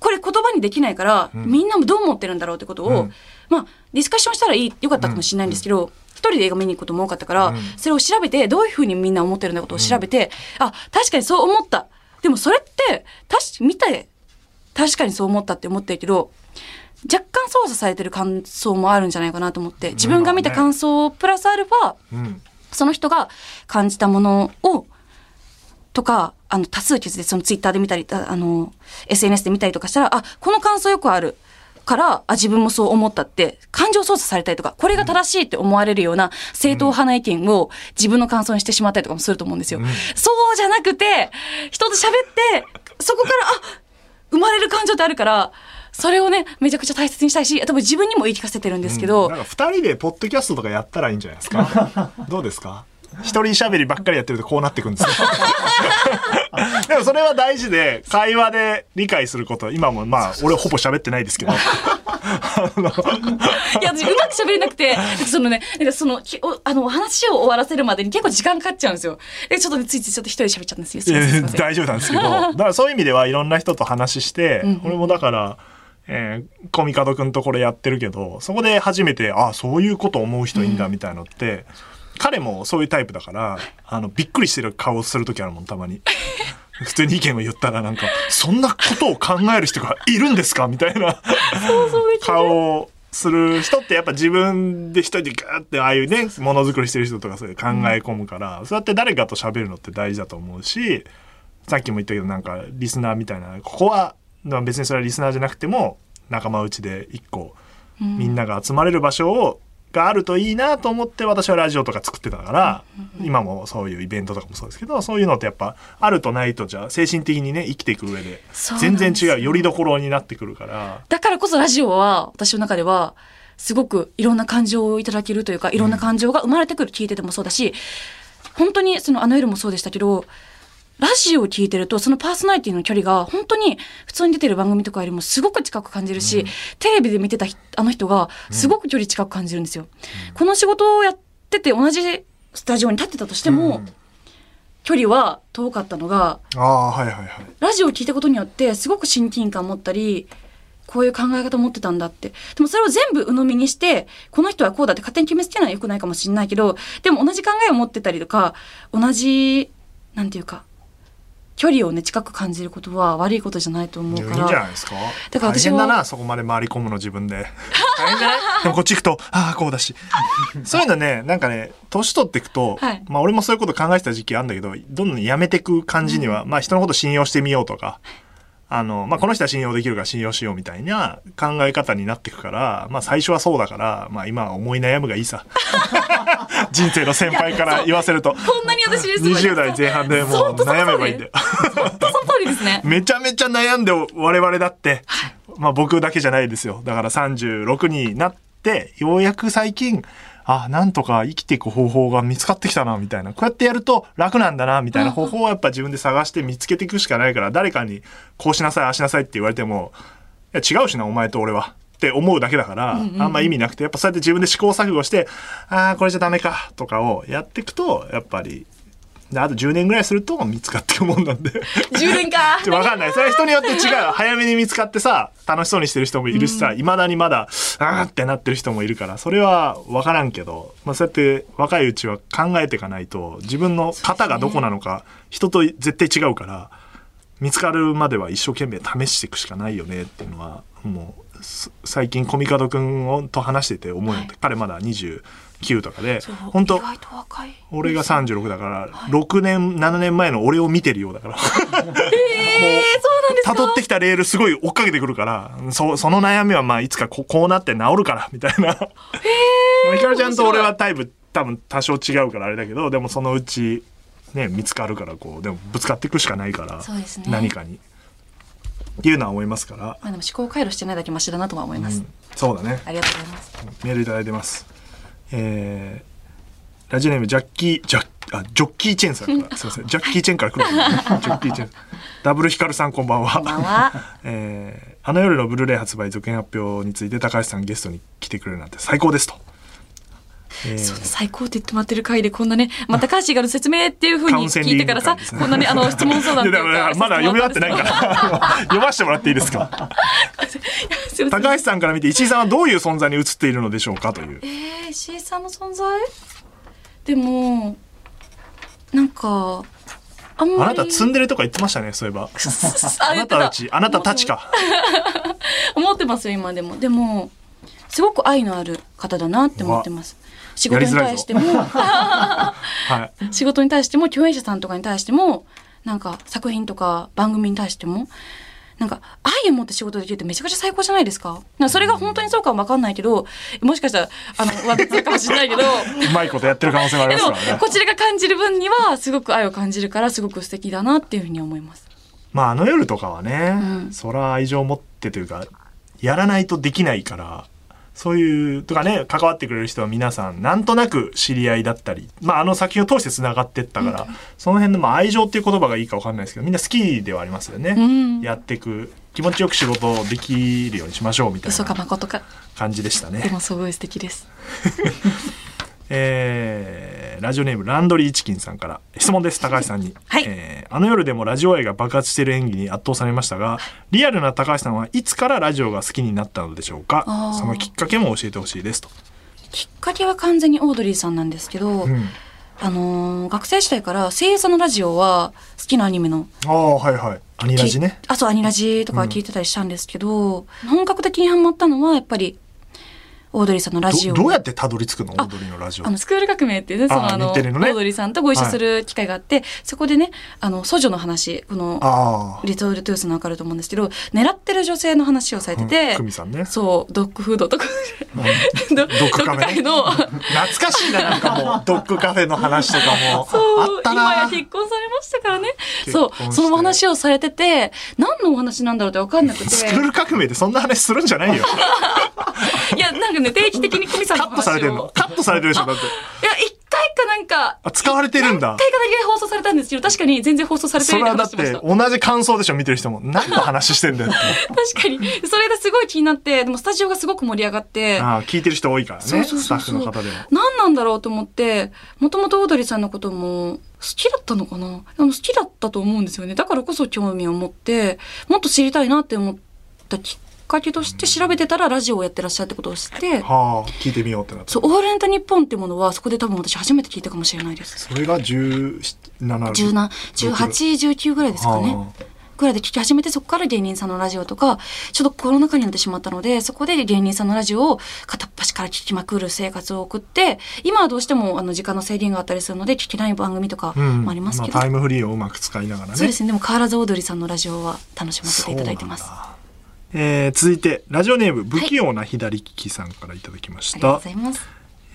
Speaker 2: これ言葉にできないから、
Speaker 1: ん
Speaker 2: みんなもどう思ってるんだろうってことを、
Speaker 1: うん
Speaker 2: まあディスカッションしたらいいよかったかもしれないんですけど、一人で映画見に行くことも多かったから、
Speaker 1: うん
Speaker 2: それを調べてどういうふうにみんな思ってるんだことを調べて、あ確かにそう思ったでもそれって確か見て確かにそう思ったって思ってるけど若干操作されてる感想もあるんじゃないかなと思って自分が見た感想プラスアルファ
Speaker 1: うん
Speaker 2: その人が感じたものを、とか、あの、多数決で、そのツイッターで見たり、ああの、SNS で見たりとかしたら、あ、この感想よくある。から、あ、自分もそう思ったって、感情操作されたりとか、これが正しいって思われるような正当派な意見を自分の感想にしてしまったりとかもすると思うんですよ。そうじゃなくて、人と喋って、そこから、あ、生まれる感情ってあるから、それをね、めちゃくちゃ大切にしたいし、多分自分にも言い聞かせてるんですけど、
Speaker 1: なんか二人でポッドキャストとかやったらいいんじゃないです かどうですか一人喋りばっかりやってるとこうなってくるんですよ でもそれは大事で会話で理解すること今もまあ俺ほぼ喋ってないですけど
Speaker 2: いや、私うまく喋れなくて、そのね、なんかその、きおあの、お話を終わらせるまでに結構時間かかっちゃうんですよ。で、ちょっとね、ついついちょっと一人で喋っちゃったん ですよ。すいませんすいません
Speaker 1: 大丈夫なんですけどだからそういう意味ではいろんな人と話して俺もだからえーコミカドくんとこれやってるけど、そこで初めて、あそういうこと思う人いいんだみたいなのって、彼もそういうタイプだから、あの、びっくりしてる顔するときあるもん、た まに。普通に意見を言ったらなんか、そんなことを考える人がいるんですかみたいな顔をする人ってやっぱ自分で一人でガーってああいうね、ものづくりしてる人とかそういう考え込むから、そうやって誰かと喋るのって大事だと思うし、さっきも言ったけどなんかリスナーみたいなここはまあ別にそれはリスナーじゃなくても仲間内で一個みんなが集まれる場所をがあるといいなと思って私はラジオとか作ってたから今もそういうイベントとかもそうですけどそういうのってやっぱあるとないとじゃ精神的にね生きていく上で
Speaker 2: そうなん
Speaker 1: 全
Speaker 2: です
Speaker 1: 然
Speaker 2: よ
Speaker 1: 違うよりどころになってくるから
Speaker 2: だからこそラジオは私の中ではすごくいろんな感情をいただけるというかいろんな感情が生まれてくる聞いててもそうだし本当にそのあの夜もそうでしたけどラジオを聞いてるとそのパーソナリティの距離が本当に普通に出てる番組とかよりもすごく近く感じるし、テレビで見てたひあの人がすごく距離近く感じるんですよ。この仕事をやってて同じスタジオに立ってたとしても、
Speaker 1: うん
Speaker 2: 距離は遠かったのが
Speaker 1: ああはいはいはい
Speaker 2: ラジオを聞いたことによってすごく親近感持ったりこういう考え方持ってたんだってでもそれを全部鵜呑みにしてこの人はこうだって勝手に決めつけるのは良くないかもしれないけどでも同じ考えを持ってたりとか同じなんていうか距離をね近く感じることは悪いことじゃないと思
Speaker 1: いうや
Speaker 2: か
Speaker 1: いいんじゃ
Speaker 2: ら
Speaker 1: ないですか
Speaker 2: だから私
Speaker 1: 大変
Speaker 2: も
Speaker 1: だなそこまで回り込むの自分で大変じゃないでもこっち行くとああこうだしそういうのねなんかね年取っていくと、
Speaker 2: はい
Speaker 1: まあ俺もそういうこと考えてた時期あるんだけどどんどんやめてく感じには、まあ人のこと信用してみようとかあの、まあ、この人は信用できるから信用しようみたいな考え方になってくから、まあ、最初はそうだから、まあ、今は思い悩むがいい さ人生の先輩から言わせると
Speaker 2: こんなに私ですごい
Speaker 1: 20代前半でもう悩めばいいんだよ
Speaker 2: 本当その通りですね
Speaker 1: めちゃめちゃ悩んで我々だって、まあ僕だけじゃないですよ。だから36になって、ようやく最近、あ、なんとか生きていく方法が見つかってきたな、みたいな。こうやってやると楽なんだな、みたいな方法をやっぱ自分で探して見つけていくしかないから、誰かにこうしなさい、ああしなさいって言われても、いや違うしな、お前と俺は。って思うだけだから、あんま意味なくて、やっぱそうやって自分で試行錯誤して、ああ、これじゃダメか、とかをやっていくと、やっぱり、であと10年ぐらいすると見つかっていくもんなんで。
Speaker 2: 10年か
Speaker 1: ちょわかんない。それは人によって違う。早めに見つかってさ、楽しそうにしてる人もいるしさ、未だにまだ、あーってなってる人もいるから、それはわからんけど、まあそうやって若いうちは考えていかないと、自分の型がどこなのか、人と絶対違うから、見つかるまでは一生懸命試していくしかないよねっていうのは、もう、す最近コミカドくんをと話してて思うので、彼まだ29とかで、本当
Speaker 2: 意外と若い
Speaker 1: 俺が36だから、6年、7年前の俺を見てるようだから。もう
Speaker 2: えー、そうなんですか
Speaker 1: 辿ってきたレールすごい追っかけてくるから、そその悩みはまあいつかここうなって治るから、みたいな。ひかるちゃんと俺はタイプ多分多少違うからあれだけど、でもそのうち、ね、見つかるからこう、でもぶつかっていくしかないから、
Speaker 2: そうですね
Speaker 1: 何かに。っていうのは思いますから。
Speaker 2: まあでも思考回路してないだけマシだなとは思います、
Speaker 1: そうだね。
Speaker 2: ありがとうございます
Speaker 1: メールいただいてます。えーラジオネームジャッキー、ジャッあ、ジョッキーチェンさんから、すいません、ジャッキーチェンから来るの かなジョッキーチェン。ダブルヒカルさんこんばんは。
Speaker 2: こんばんは
Speaker 1: えーあの夜のブルーレイ発売続編発表について高橋さんゲストに来てくれるなんて最高ですと。えー
Speaker 2: そう最高って言ってもらってる回でこんなね、まあ、高橋がの説明っていうふう
Speaker 1: カウ
Speaker 2: に
Speaker 1: ンセリン
Speaker 2: 聞い
Speaker 1: グ
Speaker 2: てから
Speaker 1: 会
Speaker 2: さ、
Speaker 1: ですね
Speaker 2: こんなねあの質問相談
Speaker 1: い
Speaker 2: と
Speaker 1: や
Speaker 2: いう
Speaker 1: だ
Speaker 2: か
Speaker 1: からまだ読み終わってないからら 読ませてもらっていいですか
Speaker 2: すいません
Speaker 1: 高橋さんから見て石井さんはどういう存在に映っているのでしょうかという
Speaker 2: えー、石井さんの存在でもなんかあんまり
Speaker 1: あなたツンデレとか言ってましたねそういえば
Speaker 2: あ
Speaker 1: あ
Speaker 2: 言
Speaker 1: なた
Speaker 2: ってた
Speaker 1: たちあなたたちか
Speaker 2: 思ってますよ今でもでもすごく愛のある方だなって思ってます仕事に対しても
Speaker 1: はい
Speaker 2: 仕事に対しても共演者さんとかに対してもなんか作品とか番組に対してもなんか愛を持って仕事できるってめちゃくちゃ最高じゃないですかなんかそれが本当にそうかは分かんないけどもしかしたらあの上手かもし れないけど
Speaker 1: うまいことやってる可能性もあり
Speaker 2: で
Speaker 1: ます
Speaker 2: も
Speaker 1: からね
Speaker 2: こちらが感じる分にはすごく愛を感じるからすごく素敵だなっていうふうに思います。
Speaker 1: まああの夜とかはね、
Speaker 2: うん
Speaker 1: そら愛情を持ってというかやらないとできないからそういうとかね関わってくれる人は皆さんなんとなく知り合いだったり、まあ、あの作品を通してつながってったから、その辺のまあ愛情っていう言葉がいいかわかんないですけどみんな好きではありますよね、
Speaker 2: ん
Speaker 1: やっていく気持ちよく仕事をできるようにしましょうみたい
Speaker 2: 嘘か
Speaker 1: な
Speaker 2: 誠か
Speaker 1: 感じでしたね。
Speaker 2: でもすごい素敵です。
Speaker 1: ええーラジオネームランドリーチキンさんから質問です高橋さんに、
Speaker 2: はい
Speaker 1: えーあの夜でもラジオ愛が爆発している演技に圧倒されましたがリアルな高橋さんはいつからラジオが好きになったのでしょうか
Speaker 2: あー
Speaker 1: そのきっかけも教えてほしいですと、
Speaker 2: きっかけは完全にオードリーさんなんですけど、
Speaker 1: うん、
Speaker 2: あのー学生時代から声優さんのラジオは好きなアニメの
Speaker 1: ああはいはいアニラジね
Speaker 2: きあ、そう、アニラジとか聞いてたりしたんですけど、本格的にハマったのは、やっぱり、オードリーさんのラジ
Speaker 1: ど
Speaker 2: オ。
Speaker 1: どうやってたどり着くのオ
Speaker 2: あ
Speaker 1: ードリーのラジオ
Speaker 2: あの、スクール革命っていうね、その、
Speaker 1: あ
Speaker 2: あの、
Speaker 1: 日テレのね
Speaker 2: オードリーさんとご一緒する機会があって、そこでね、あの、ソジョの話、この、
Speaker 1: あ
Speaker 2: リトルトゥースのわかると思うんですけど、狙ってる女性の話をされてて、
Speaker 1: うん久美さんね
Speaker 2: そう、ドッグフードとか、ド
Speaker 1: ドッグカフェね
Speaker 2: 会の、
Speaker 1: あ懐かしいななんか もうドッグカフェの話とかも
Speaker 2: そう
Speaker 1: あった
Speaker 2: 今や
Speaker 1: な
Speaker 2: 結婚されましたからね。
Speaker 1: 結
Speaker 2: そ
Speaker 1: 婚して
Speaker 2: う、そのお話をされてて、何のお話なんだろうってわかんなくて。
Speaker 1: スクール革命でそんな話するんじゃない よ
Speaker 2: いや、なんかね、定期的に久美さんの
Speaker 1: カット
Speaker 2: 話を。
Speaker 1: され
Speaker 2: い
Speaker 1: て
Speaker 2: や、
Speaker 1: るのカットされてるでしょだって
Speaker 2: 一回かなんか、
Speaker 1: あ使われてるんだ
Speaker 2: 一回かだけ放送されたんですけど、確かに全然放送されて
Speaker 1: そ
Speaker 2: ない
Speaker 1: れ
Speaker 2: って
Speaker 1: はだっ
Speaker 2: 話してましてた。
Speaker 1: 同じ感想でしょ見てる人も何の話してんだよって
Speaker 2: 確かに。それがすごい気になって、でもスタジオがすごく盛り上が って、
Speaker 1: ああ聞いてる人多いからね
Speaker 2: そうそう
Speaker 1: スタ
Speaker 2: そ
Speaker 1: ッ
Speaker 2: う
Speaker 1: フの
Speaker 2: そう
Speaker 1: 方でも
Speaker 2: 何なんだろうと思って、もともとオードリーさんのことも好きだったのかなでも好きだったと思うんですよね。だからこそ興味を持って、もっと知りたいなって思ったきっかけとして調べてたらラジオをやってらっしゃるってことを知って、
Speaker 1: はあ聞いてみようってなった
Speaker 2: そう、オールエンタ日本ってものはそこで多分私初めて聞いたかもしれないです。
Speaker 1: それが17
Speaker 2: 17、18、19ぐらいですかね。
Speaker 1: はあ
Speaker 2: ぐらいで聞き始めて、そこから芸人さんのラジオとか、ちょっとコロナ禍になってしまったので、そこで芸人さんのラジオを片っ端から聞きまくる生活を送って、今はどうしてもあの時間の制限があったりするので、聞けない番組とか
Speaker 1: うん
Speaker 2: もありますけど、
Speaker 1: まあ、タイムフリーをうまく使いながらね
Speaker 2: そうですね、でも変わらずオードリーさんのラジオは楽しませていただいてます。
Speaker 1: そう
Speaker 2: あ
Speaker 1: なんだえー続いてラジオネーム不器用な左利きさんからいただきまし
Speaker 2: りがとう
Speaker 1: た
Speaker 2: ございます。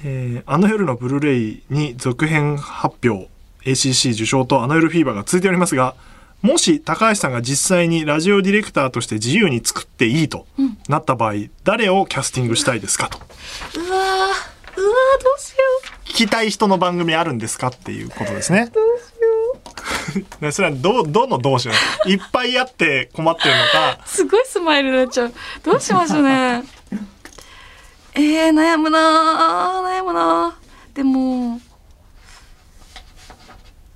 Speaker 1: えーあの夜のブルーレイに続編発表 ACC 受賞とあの夜フィーバーが続いておりますがもし高橋さんが実際にラジオディレクターとして自由に作っていいとなった場合、誰をキャスティングしたいですかと
Speaker 2: うわー、うわー、どうしよう。
Speaker 1: 聞きたい人の番組あるんですかっていうことですね。どうしよう それはどうどのどうしよういっぱいあって困ってるのか
Speaker 2: すごいスマイルになっちゃう。どうしましょうね。えー、悩むなー、悩むなー。でも、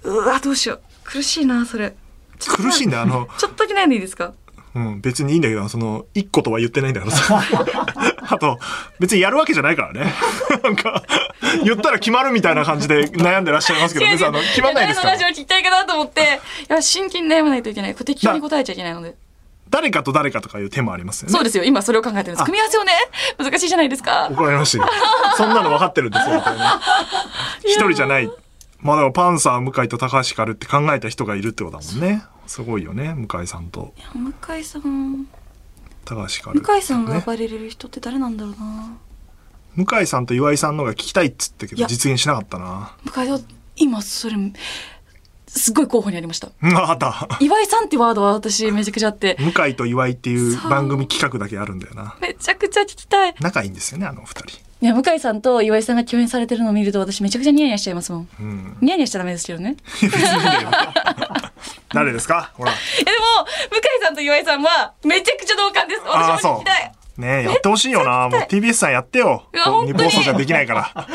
Speaker 2: うわ、どうしよう。苦しいな、それ。ちょっと
Speaker 1: 苦しいんだよあの、
Speaker 2: ちょっとだけ悩んでいいですか
Speaker 1: うん、別にいいんだけどその1個とは言ってないんだから さあと別にやるわけじゃないからね なんか言ったら決まるみたいな感じで悩んでらっしゃいますけど別にあの決まんないですか
Speaker 2: 誰
Speaker 1: ら
Speaker 2: のラジオ聞きたいかなと思って、 いや、真剣に悩まないといけない。これ急に答えちゃいけないので。
Speaker 1: 誰かと誰かとかいう手もありますよね
Speaker 2: そうですよ、今それを考えてるんです。組み合わせをね、難しいじゃないですか。
Speaker 1: 怒られましたよそんなの分かってるんですよみ たいな一人じゃないまあだからパンサー向井と高橋ひかるって考えた人がいるってことだもんねすごいよね向井さんと
Speaker 2: 向井さん、
Speaker 1: 高橋ひかる、
Speaker 2: 向井さんが
Speaker 1: ね
Speaker 2: 呼ばれる人って誰なんだろうな。
Speaker 1: 向井さんと岩井さんのが聞きたいっつったけ
Speaker 2: い
Speaker 1: ど
Speaker 2: や
Speaker 1: 実現しなかったな
Speaker 2: 向井さん、今それ、すっごい候補にありました。
Speaker 1: うんああった
Speaker 2: 岩井さんってワードは私めちゃくちゃあって、
Speaker 1: 向井と岩井っていう
Speaker 2: そう
Speaker 1: 番組企画だけあるんだよな
Speaker 2: めちゃくちゃ聞きたい。
Speaker 1: 仲いいんですよねあのお二人
Speaker 2: いや、向井さんと岩井さんが共演されてるのを見ると私めちゃくちゃニヤニヤしちゃいますもん。
Speaker 1: うん
Speaker 2: ニヤニヤしちゃダメですけどね。
Speaker 1: 誰ですかほら
Speaker 2: え、でも、向井さんと岩井さんはめちゃくちゃ同感です。
Speaker 1: ああ
Speaker 2: 私も聞
Speaker 1: そ
Speaker 2: きたい。
Speaker 1: うねえやってほしいよなもう TBS さんやってよ
Speaker 2: うわ本当
Speaker 1: 日
Speaker 2: に
Speaker 1: 本放送じゃできないから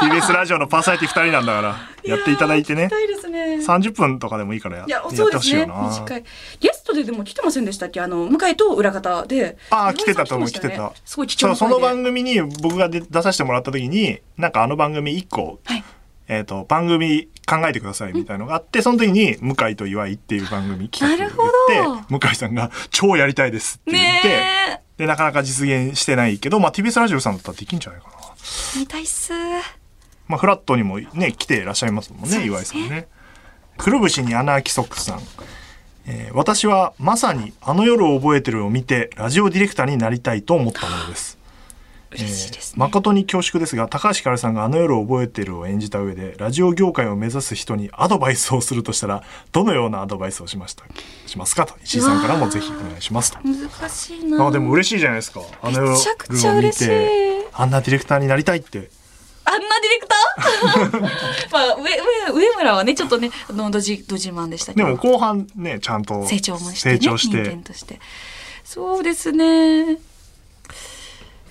Speaker 1: TBS ラジオのパーソナリティ二人なんだからやっていただいてね
Speaker 2: 聞きたいですね。
Speaker 1: 30分とかでもいいからや
Speaker 2: いや、
Speaker 1: や
Speaker 2: そう
Speaker 1: って
Speaker 2: で
Speaker 1: ほし
Speaker 2: す
Speaker 1: いよ
Speaker 2: ね。
Speaker 1: な
Speaker 2: 短い。ゲストででも来てませんでしたっけあの、向井と裏方で。
Speaker 1: ああ来
Speaker 2: 岩
Speaker 1: て
Speaker 2: 井さ
Speaker 1: た
Speaker 2: ん
Speaker 1: と思う来
Speaker 2: ま
Speaker 1: て
Speaker 2: したよ
Speaker 1: た
Speaker 2: ねすごい貴重
Speaker 1: そう
Speaker 2: な
Speaker 1: そ
Speaker 2: 回
Speaker 1: の
Speaker 2: で
Speaker 1: 番組に僕が出出させてもらった時になんかあの番組一個
Speaker 2: はい。
Speaker 1: えー、と番組考えてくださいみたいのがあって、その時に「向井と岩井」っていう番組企画を
Speaker 2: なる
Speaker 1: 言
Speaker 2: ほ
Speaker 1: って向井さんが「超やりたいです」って言って、
Speaker 2: ね
Speaker 1: でなかなか実現してないけど、まあ、TBS ラジオさんだったらできんじゃないかな、
Speaker 2: え。見たいっす。
Speaker 1: まあ、フラットにもね来ていらっしゃいますもん
Speaker 2: そ
Speaker 1: ね
Speaker 2: うですね
Speaker 1: 岩井さんね。くるぶしに穴あきソックスさん、えー私はまさに「あの夜を覚えてる」を見てラジオディレクターになりたいと思ったものです。
Speaker 2: 嬉しいです
Speaker 1: えー
Speaker 2: ね。
Speaker 1: 誠に恐縮ですが高橋ひかるさんが「あの夜を覚えてる」を演じた上でラジオ業界を目指す人にアドバイスをするとしたらどのようなアドバイスをしましたしますかと石井さんからもぜひお願いしますと。
Speaker 2: 難しいな。
Speaker 1: あでも嬉しいじゃないですか。あの夜を
Speaker 2: めちゃくちゃ嬉しい
Speaker 1: 見てあんなディレクターになりたいって。
Speaker 2: あんなディレクター まあ、上、上、上村はね、ちょっとね、あの、ドジ、ドジマンでしたけ
Speaker 1: で
Speaker 2: ど。
Speaker 1: も後半ねちゃんと
Speaker 2: 成長もして、ね、
Speaker 1: 成長して
Speaker 2: 人間として。そうですね。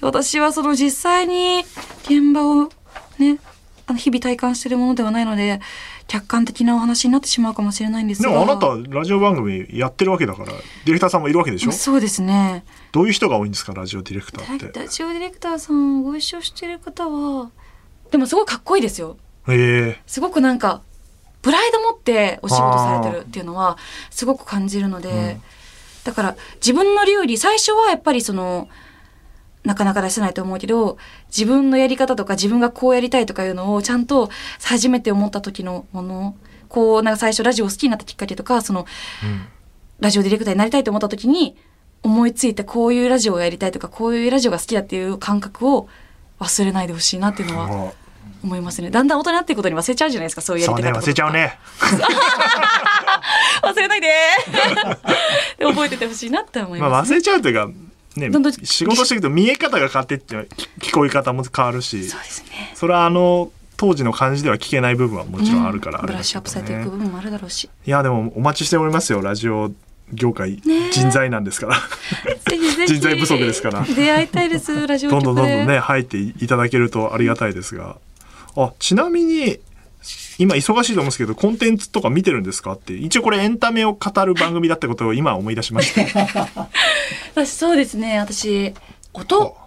Speaker 2: 私はその実際に現場をね、あの日々体感してるものではないので客観的なお話になってしまうかもしれないんです
Speaker 1: で
Speaker 2: が
Speaker 1: もあなたラジオ番組やってるわけだからディレクターさんもいるわけでしょ
Speaker 2: そうですね
Speaker 1: どういう人が多いんですかラジオディレクターって
Speaker 2: ラジオディレクターさんご一緒してる方はでもすごいかっこいいですよ
Speaker 1: へえ
Speaker 2: すごくなんかプライド持ってお仕事されてるっていうのはすごく感じるので、
Speaker 1: うん
Speaker 2: だから自分の料理最初はやっぱりそのなかなか出せないと思うけど自分のやり方とか自分がこうやりたいとかいうのをちゃんと初めて思った時のものこうなんか最初ラジオ好きになったきっかけとかそのラジオディレクターになりたいと思った時に思いついたこういうラジオをやりたいとかこういうラジオが好きだっていう感覚を忘れないでほしいなっていうのは
Speaker 1: あ
Speaker 2: 思いますね。だんだん大人になっていくことに忘れちゃうじゃないですか、そういうやり
Speaker 1: そう
Speaker 2: 方
Speaker 1: ね
Speaker 2: とか
Speaker 1: 忘れちゃう。ね
Speaker 2: 忘れないで で覚えててほしいなって思い
Speaker 1: ま
Speaker 2: ま
Speaker 1: あ
Speaker 2: す。
Speaker 1: 忘れちゃうというかね
Speaker 2: どんどん
Speaker 1: 仕事していくと見え方が変わっていって聞こえ方も変わるし
Speaker 2: そうですね。
Speaker 1: それはあの当時の感じでは聞けない部分はもちろんあるから、あ
Speaker 2: うブ
Speaker 1: れ
Speaker 2: ラ
Speaker 1: だ
Speaker 2: ッシュア
Speaker 1: け
Speaker 2: ップさ
Speaker 1: ど
Speaker 2: れてい
Speaker 1: ね
Speaker 2: く部分もあるだろうし。
Speaker 1: いやでもお待ちしておりますよラジオ業界
Speaker 2: ねえ
Speaker 1: 人材なんですから、
Speaker 2: ぜひぜひ。
Speaker 1: 人材不足ですから
Speaker 2: 出会いたいです、ラジ オ
Speaker 1: ど
Speaker 2: 局
Speaker 1: ん
Speaker 2: で。
Speaker 1: どんどんどんね入っていただけるとありがたいですがあちなみに今忙しいと思うんですけどコンテンツとか見てるんですかって一応これエンタメを語る番組だってことを今思い出しました
Speaker 2: 私そうですね、私、音
Speaker 1: ほ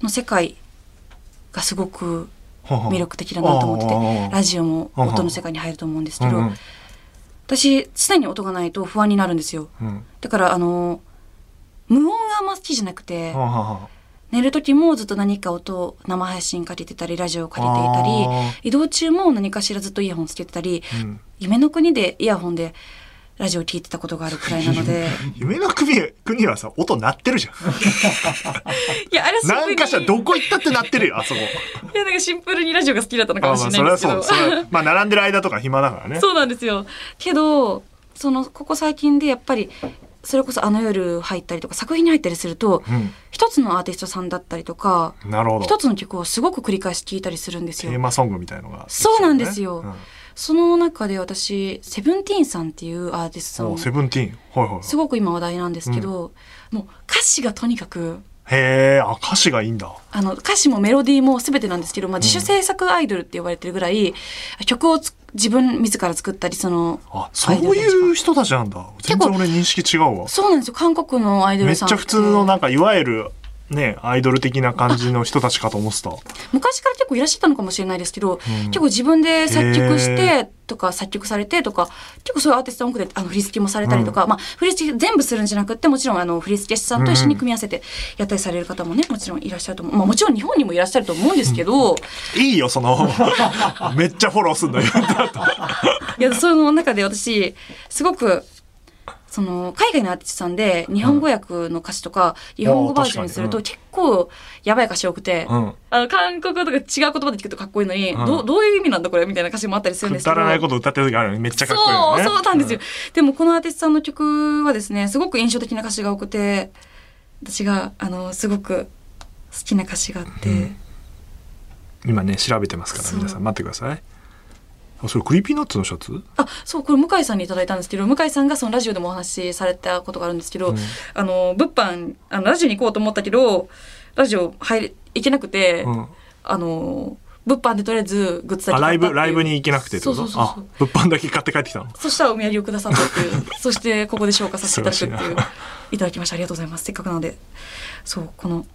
Speaker 2: の世界がすごく
Speaker 1: ほほ
Speaker 2: 魅力的だなと思ってて、
Speaker 1: ああ
Speaker 2: ラジオも音の世界に入ると思うんですけ
Speaker 1: う
Speaker 2: ど
Speaker 1: んうん、
Speaker 2: 私、常に音がないと不安になるんですよ。
Speaker 1: うん
Speaker 2: だから、あの、無音があんま好きじゃなくて、
Speaker 1: はあはあは
Speaker 2: 寝る時もずっと何か音を生配信かけてたりラジオをかけていた
Speaker 1: あ
Speaker 2: り移動中も何かしらずっとイヤホンつけてたり、
Speaker 1: あうん
Speaker 2: 夢の国でイヤホンでラジオ聞いてたことがあるくらいな ので
Speaker 1: 夢の国国はさ音鳴ってるじゃん
Speaker 2: いやあれシンプ
Speaker 1: な
Speaker 2: ル
Speaker 1: ん
Speaker 2: に
Speaker 1: かしらどこ行ったって鳴ってるよあそこ
Speaker 2: いやなんかシンプルにラジオが好きだったのか
Speaker 1: あ
Speaker 2: も
Speaker 1: ま
Speaker 2: し
Speaker 1: あ
Speaker 2: れ
Speaker 1: そ
Speaker 2: な
Speaker 1: れは
Speaker 2: いですけ
Speaker 1: そう
Speaker 2: ど
Speaker 1: それはまあ並んでる間とか暇だからね
Speaker 2: そうなんですよけどそのここ最近でやっぱりそれこそあの夜入ったりとか作品に入ったりすると、一つのアーティストさんだったりとか
Speaker 1: うん、なるほど
Speaker 2: 一つの曲をすごく繰り返し聞いたりするんです
Speaker 1: テ
Speaker 2: よ
Speaker 1: ー。マソングみたいのが、
Speaker 2: そうなんですよ
Speaker 1: うん
Speaker 2: その中で私、セブンティーンさんっていうアーティスト
Speaker 1: おセ
Speaker 2: さん、
Speaker 1: ブンティーンはいはいはい
Speaker 2: すごく今話題なんですけど、もう歌詞がとにかく、
Speaker 1: へえあ歌詞がいいんだ
Speaker 2: あの、歌詞もメロディーも全てなんですけど、まあ、自主制作アイドルって呼ばれてるぐらい、曲をつ自分自ら作ったり、その、
Speaker 1: あそういう人たちなんだ全然俺認識違うわ
Speaker 2: そうなんですよ、韓国のアイド
Speaker 1: め
Speaker 2: ル
Speaker 1: っち
Speaker 2: さん
Speaker 1: ゃ
Speaker 2: て
Speaker 1: 普通のなんかいわゆるねアイドル的な感じの人たちかと思ってた
Speaker 2: 昔から結構いらっしゃったのかもしれないですけど、
Speaker 1: うん
Speaker 2: 結構自分で作曲し
Speaker 1: へ
Speaker 2: てとか作曲されてとか結構そういうアーティストの多くであの振り付けもされたりとか、まあ、振り付け全部するんじゃなくってもちろんあの振り付け師さんと一緒に組み合わせてやったりされる方もねもちろんいらっしゃると思う、まあ、もちろん日本にもいらっしゃると思うんですけど、
Speaker 1: いいよその めっちゃフォローすんのよ
Speaker 2: いやその中で私すごく。その海外のアーティストさんで日本語訳の歌詞とか日本語バージョンにする
Speaker 1: あ
Speaker 2: と
Speaker 1: ー
Speaker 2: 結構やばい歌詞多くて、
Speaker 1: うん
Speaker 2: あの韓国語とか違う言葉で聞くとかっこいいのに、
Speaker 1: うん
Speaker 2: どうどういう意味なんだこれみたいな歌詞もあったりするん
Speaker 1: く
Speaker 2: ですけど
Speaker 1: だらないこと歌ってる時あるのにめっちゃかっこいいよ
Speaker 2: そう
Speaker 1: ね
Speaker 2: そうなんですよ、でもこのアーティストさんの曲はですねすごく印象的な歌詞が多くて私があのすごく好きな歌詞があって、
Speaker 1: うん今ね調べてますから
Speaker 2: そう
Speaker 1: 皆さん待ってくださいあそれクリーピーナッツのシャツ
Speaker 2: あそうこれ向井さんにいただいたんですけど向井さんがそのラジオでもお話しされたことがあるんですけど、
Speaker 1: うん
Speaker 2: あの物販あのラジオに行こうと思ったけどラジオ入れ行けなくて、
Speaker 1: うん
Speaker 2: あの物販でとりあえずグッズだ
Speaker 1: あ
Speaker 2: け
Speaker 1: ライ
Speaker 2: 買っ
Speaker 1: ブ
Speaker 2: たっていう
Speaker 1: ライブに行けなくてってこと
Speaker 2: そうそうそうそう
Speaker 1: あ物販だけ買って帰ってきたの
Speaker 2: そしたらお土産をくださったって いう、そしてここで消化させていただくっ
Speaker 1: 素
Speaker 2: てい
Speaker 1: 晴
Speaker 2: う
Speaker 1: らしい、
Speaker 2: いただきました。ありがとうございます。せっかくなので。そう、この、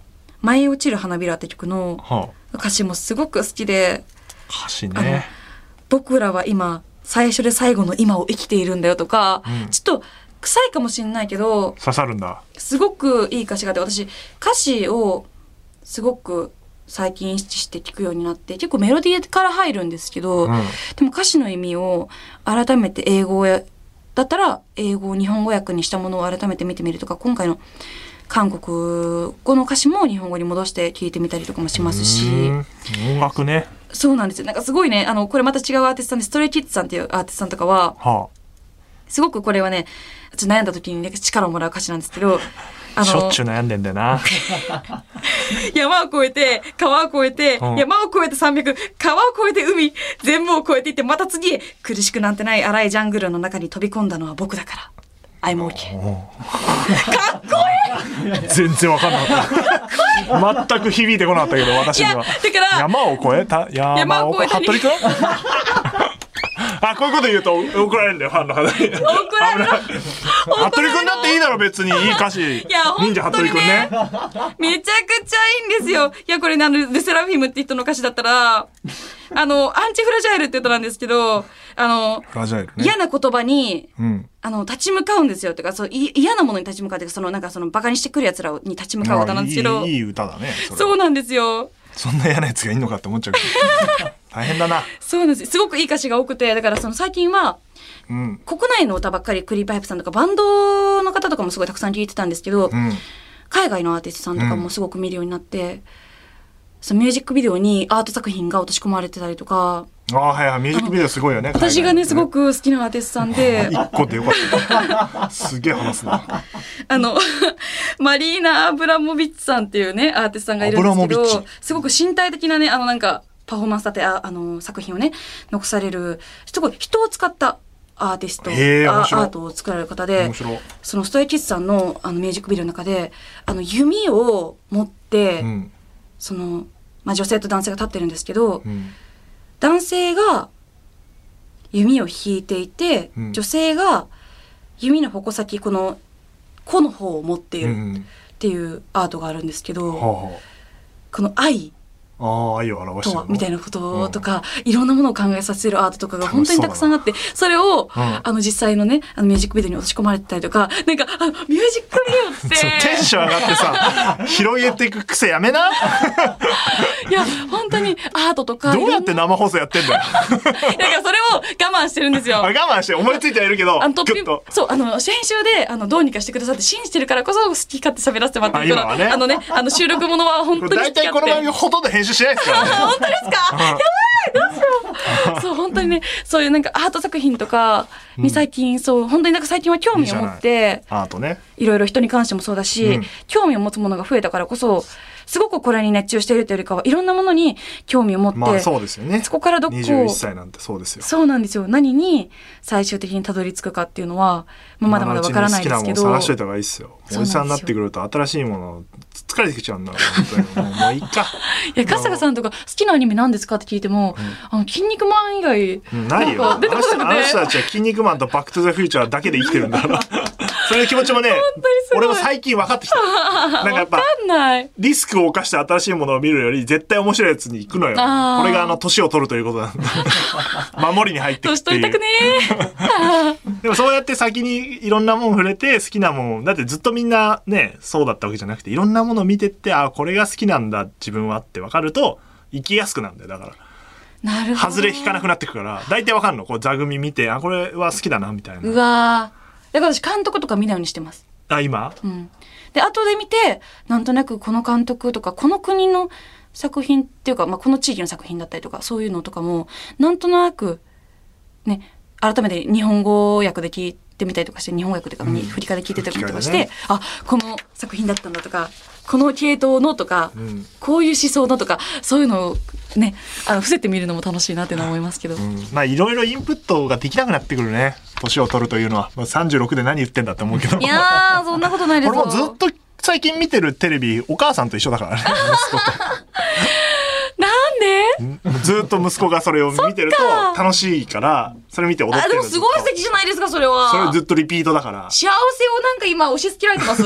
Speaker 2: 舞い落ちる花びらって曲の
Speaker 1: は
Speaker 2: 歌詞もすごく好きで、
Speaker 1: あ歌詞
Speaker 2: あの
Speaker 1: ね
Speaker 2: 僕らは今、最初で最後の今を生きているんだよとか、
Speaker 1: うん
Speaker 2: ちょっと臭いかもしれないけど、
Speaker 1: 刺さるんだ
Speaker 2: すごくいい歌詞があって、私、歌詞をすごく最近意識して聞くようになって、結構メロディーから入るんですけど、
Speaker 1: うん
Speaker 2: でも歌詞の意味を改めて英語やだったら英語を日本語訳にしたものを改めて見てみるとか今回の韓国語の歌詞も日本語に戻して聞いてみたりとかもしますし
Speaker 1: うん音楽ね
Speaker 2: そうなんですよなんかすごいねあのこれまた違うアーティストさんでストレイキッズさんっていうアーティストさんとかは
Speaker 1: は
Speaker 2: すごくこれはねちょっと悩んだ時に、ね、力をもらう歌詞なんですけどあ
Speaker 1: あしょっちゅう悩んでんだよな
Speaker 2: 山を越えて、川を越えて、
Speaker 1: うん
Speaker 2: 山を越えて300、川を越えて海、全部を越えていって、また次へ、苦しくなんてない荒いジャングルの中に飛び込んだのは僕だから。I'm OK。
Speaker 1: うん
Speaker 2: かっこいい
Speaker 1: 全然わかんなかった全く響いてこなかったけど私に
Speaker 2: いや
Speaker 1: は
Speaker 2: だから
Speaker 1: 山を越えた山
Speaker 2: 山
Speaker 1: を
Speaker 2: を
Speaker 1: 越
Speaker 2: 越
Speaker 1: え
Speaker 2: え
Speaker 1: た
Speaker 2: た
Speaker 1: 服部君 あこういうこと言うと怒られるんだよファンの方に
Speaker 2: 怒られる
Speaker 1: 服部君だっていいだろ別にいい歌詞
Speaker 2: や
Speaker 1: 忍者服部君ね
Speaker 2: めちゃくちゃいいんですよ。いや、これね、あの、ルセラフィムって人の歌詞だったら、あの、アンチフラジャイルって歌なんですけど、あの、
Speaker 1: フラジャイルね
Speaker 2: 嫌な言葉に、
Speaker 1: うん
Speaker 2: あの、立ち向かうんですよ。っていうか、そう、い嫌なものに立ち向かうっていうか、その、なんかその、馬鹿にしてくる奴らに立ち向かう歌なんですけど
Speaker 1: いいい、い歌だねそれ
Speaker 2: そうなんですよ。
Speaker 1: そんな嫌なやつがいいのかって思っちゃうけ ど大変だな
Speaker 2: そうなんです。すごくいい歌詞が多くて、だからその最近は、
Speaker 1: うん
Speaker 2: 国内の歌ばっかり、クリーパイプさんとか、バンドの方とかもすごいたくさん聴いてたんですけど、
Speaker 1: うん
Speaker 2: 海外のアーティストさんとかもすごく見るようになって、そのミュージックビデオにアート作品が落とし込まれてたりとか、
Speaker 1: ああはいはいミュージックビデオすごいよね
Speaker 2: 私がね、すご
Speaker 1: く
Speaker 2: く好きなアーティストさんで、
Speaker 1: 一個でよかったすげえ話すな
Speaker 2: あの、 マリーナ・アブラモビッチさんっていうね、アーティストさんがいるん
Speaker 1: ア
Speaker 2: です
Speaker 1: ブラモ
Speaker 2: け
Speaker 1: ビッチ
Speaker 2: ど、すごく身体的なね、あのなんか、パフォーマンスだって、ああの、作品をね、残される、すごい人を使ったアーティスト、
Speaker 1: へー
Speaker 2: あ
Speaker 1: 面白い
Speaker 2: アートを作られる方で
Speaker 1: 面、白い
Speaker 2: そのストレイキッズさんのあのミュージックビデオの中で、あの、弓を持って、
Speaker 1: うん
Speaker 2: その、まあ、女性と男性が立ってるんですけど、
Speaker 1: うん
Speaker 2: 男性が弓を引いていて、
Speaker 1: うん
Speaker 2: 女性が弓の矛先この弧の方を持っていうるっ
Speaker 1: ん
Speaker 2: ていうアートがあるんですけど、
Speaker 1: はあは
Speaker 2: この愛
Speaker 1: あああ愛を表して
Speaker 2: と
Speaker 1: る
Speaker 2: は
Speaker 1: の
Speaker 2: みたいなこととか、いろんなものを考えさせるアートとかが
Speaker 1: 楽
Speaker 2: 本
Speaker 1: し
Speaker 2: 当
Speaker 1: そう
Speaker 2: に
Speaker 1: だ
Speaker 2: た
Speaker 1: な
Speaker 2: くさんあってそれを、
Speaker 1: うん
Speaker 2: あの実際のねあのミュージックビデオに落とし込まれてたりとかなんかあミュージックビデオっ
Speaker 1: そうテン
Speaker 2: て
Speaker 1: ション上がって さ広げていく癖やめな
Speaker 2: いや本当にアートとか
Speaker 1: どうやって
Speaker 2: いろんな
Speaker 1: 生放送やってんだよ
Speaker 2: だからそれを我慢してるんです よ
Speaker 1: あ。れ我慢して思いついてはいるけど
Speaker 2: あのトッ
Speaker 1: グ
Speaker 2: ピ
Speaker 1: ッと
Speaker 2: そう、あの、先週で、あの、どうにかしてくださって信じてるからこそ好き勝手喋らせてもらってる
Speaker 1: あ今はね
Speaker 2: あのね、あの、収録ものは本当
Speaker 1: これ
Speaker 2: に好
Speaker 1: 大
Speaker 2: き
Speaker 1: 体こ
Speaker 2: 勝
Speaker 1: の番組
Speaker 2: 手。
Speaker 1: ほとんど編集しないです からね
Speaker 2: あ本当ですかやばいど うしようそう、本当にね、そういうなんかアート作品とかに最近、そう、本当になんか最近は興味を持って、
Speaker 1: アートね
Speaker 2: いろいろ人に関してもそうだし、
Speaker 1: うん
Speaker 2: 興味を持つものが増えたからこそ、すごくこれに熱中しているというよりかは、いろんなものに興味を持って、
Speaker 1: まあそうですよね
Speaker 2: そこからどこを
Speaker 1: 21歳なんてそうですよ
Speaker 2: そうなんですよ。何に最終的にたどり着くかっていうのは、まあまだまだわからないですけど。
Speaker 1: 今のうちに好きなもの探しといた方がいいですよ
Speaker 2: そうなんですよ
Speaker 1: おじさんになってくると新しいもの疲れてきちゃうんだから 本当にもうもういいか
Speaker 2: いや、春日さんとか好きなアニメ何ですかって聞いても、あの、筋肉マン以外、
Speaker 1: うんないよ
Speaker 2: な
Speaker 1: あの
Speaker 2: んか出てこなく
Speaker 1: 人
Speaker 2: て
Speaker 1: あの人たちは「筋肉マン」と「バック・トゥ・ザ・フューチャー」だけで生きてるんだ からそういう気持ちもね
Speaker 2: すごい
Speaker 1: 俺も最近分か ってきたなんかやっぱ
Speaker 2: わかんない。
Speaker 1: リスクを犯して新しいものを見るより絶対面白いやつに行くのよ。
Speaker 2: あー
Speaker 1: これがあの年を取るということなん だ。守りに入ってくっ
Speaker 2: 年
Speaker 1: て
Speaker 2: 取りた
Speaker 1: い
Speaker 2: く
Speaker 1: う
Speaker 2: ね。
Speaker 1: でもそうやって先にいろんなもん触れて好きなもん、だってずっとみんなね、そうだったわけじゃなくて、いろんなものを見てって、あーこれが好きなんだ自分はって分かると、生きやすくなるんだよ。だから。
Speaker 2: ー。なるほど。
Speaker 1: 外れ引かなくなってくから、大体わかるの。こう座組見て、あ、これは好きだな、みたいうな。
Speaker 2: わーだから私監督とか見ないようにしてます。
Speaker 1: あ、今
Speaker 2: うん。で、後で見て、なんとなくこの監督とか、この国の作品っていうか、まあ、この地域の作品だったりとか、そういうのとかも、なんとなく、ね、改めて日本語訳で聞いてみたりとかして、日本語訳というか、
Speaker 1: うん
Speaker 2: 振り替えで聞いてたりとかし
Speaker 1: 吹
Speaker 2: て、
Speaker 1: き替えね
Speaker 2: あ、この作品だったんだとか、この系統のとか、
Speaker 1: うん。
Speaker 2: こういう思想のとか、そういうのをね、あの、伏せてみるのも楽しいなっていうのは思いますけど。
Speaker 1: うんまあいろいろインプットができなくなってくるね。年を取るというのは。まあ、36で何言ってんだって思うけど。
Speaker 2: いやー、そんなことないで す
Speaker 1: 俺
Speaker 2: よ。
Speaker 1: もずっと最近見てるテレビお母さんと一緒だからね
Speaker 2: なんで
Speaker 1: 息子とずっと息子がそれを見てる
Speaker 2: そっ
Speaker 1: と
Speaker 2: か
Speaker 1: 楽しいからそれ見て踊って
Speaker 2: あ、
Speaker 1: る
Speaker 2: で
Speaker 1: の
Speaker 2: も
Speaker 1: ずっと
Speaker 2: すごい素敵じゃないですか、それは。
Speaker 1: それをずっとリピートだから
Speaker 2: 幸せをなんか今押し付けられ てますい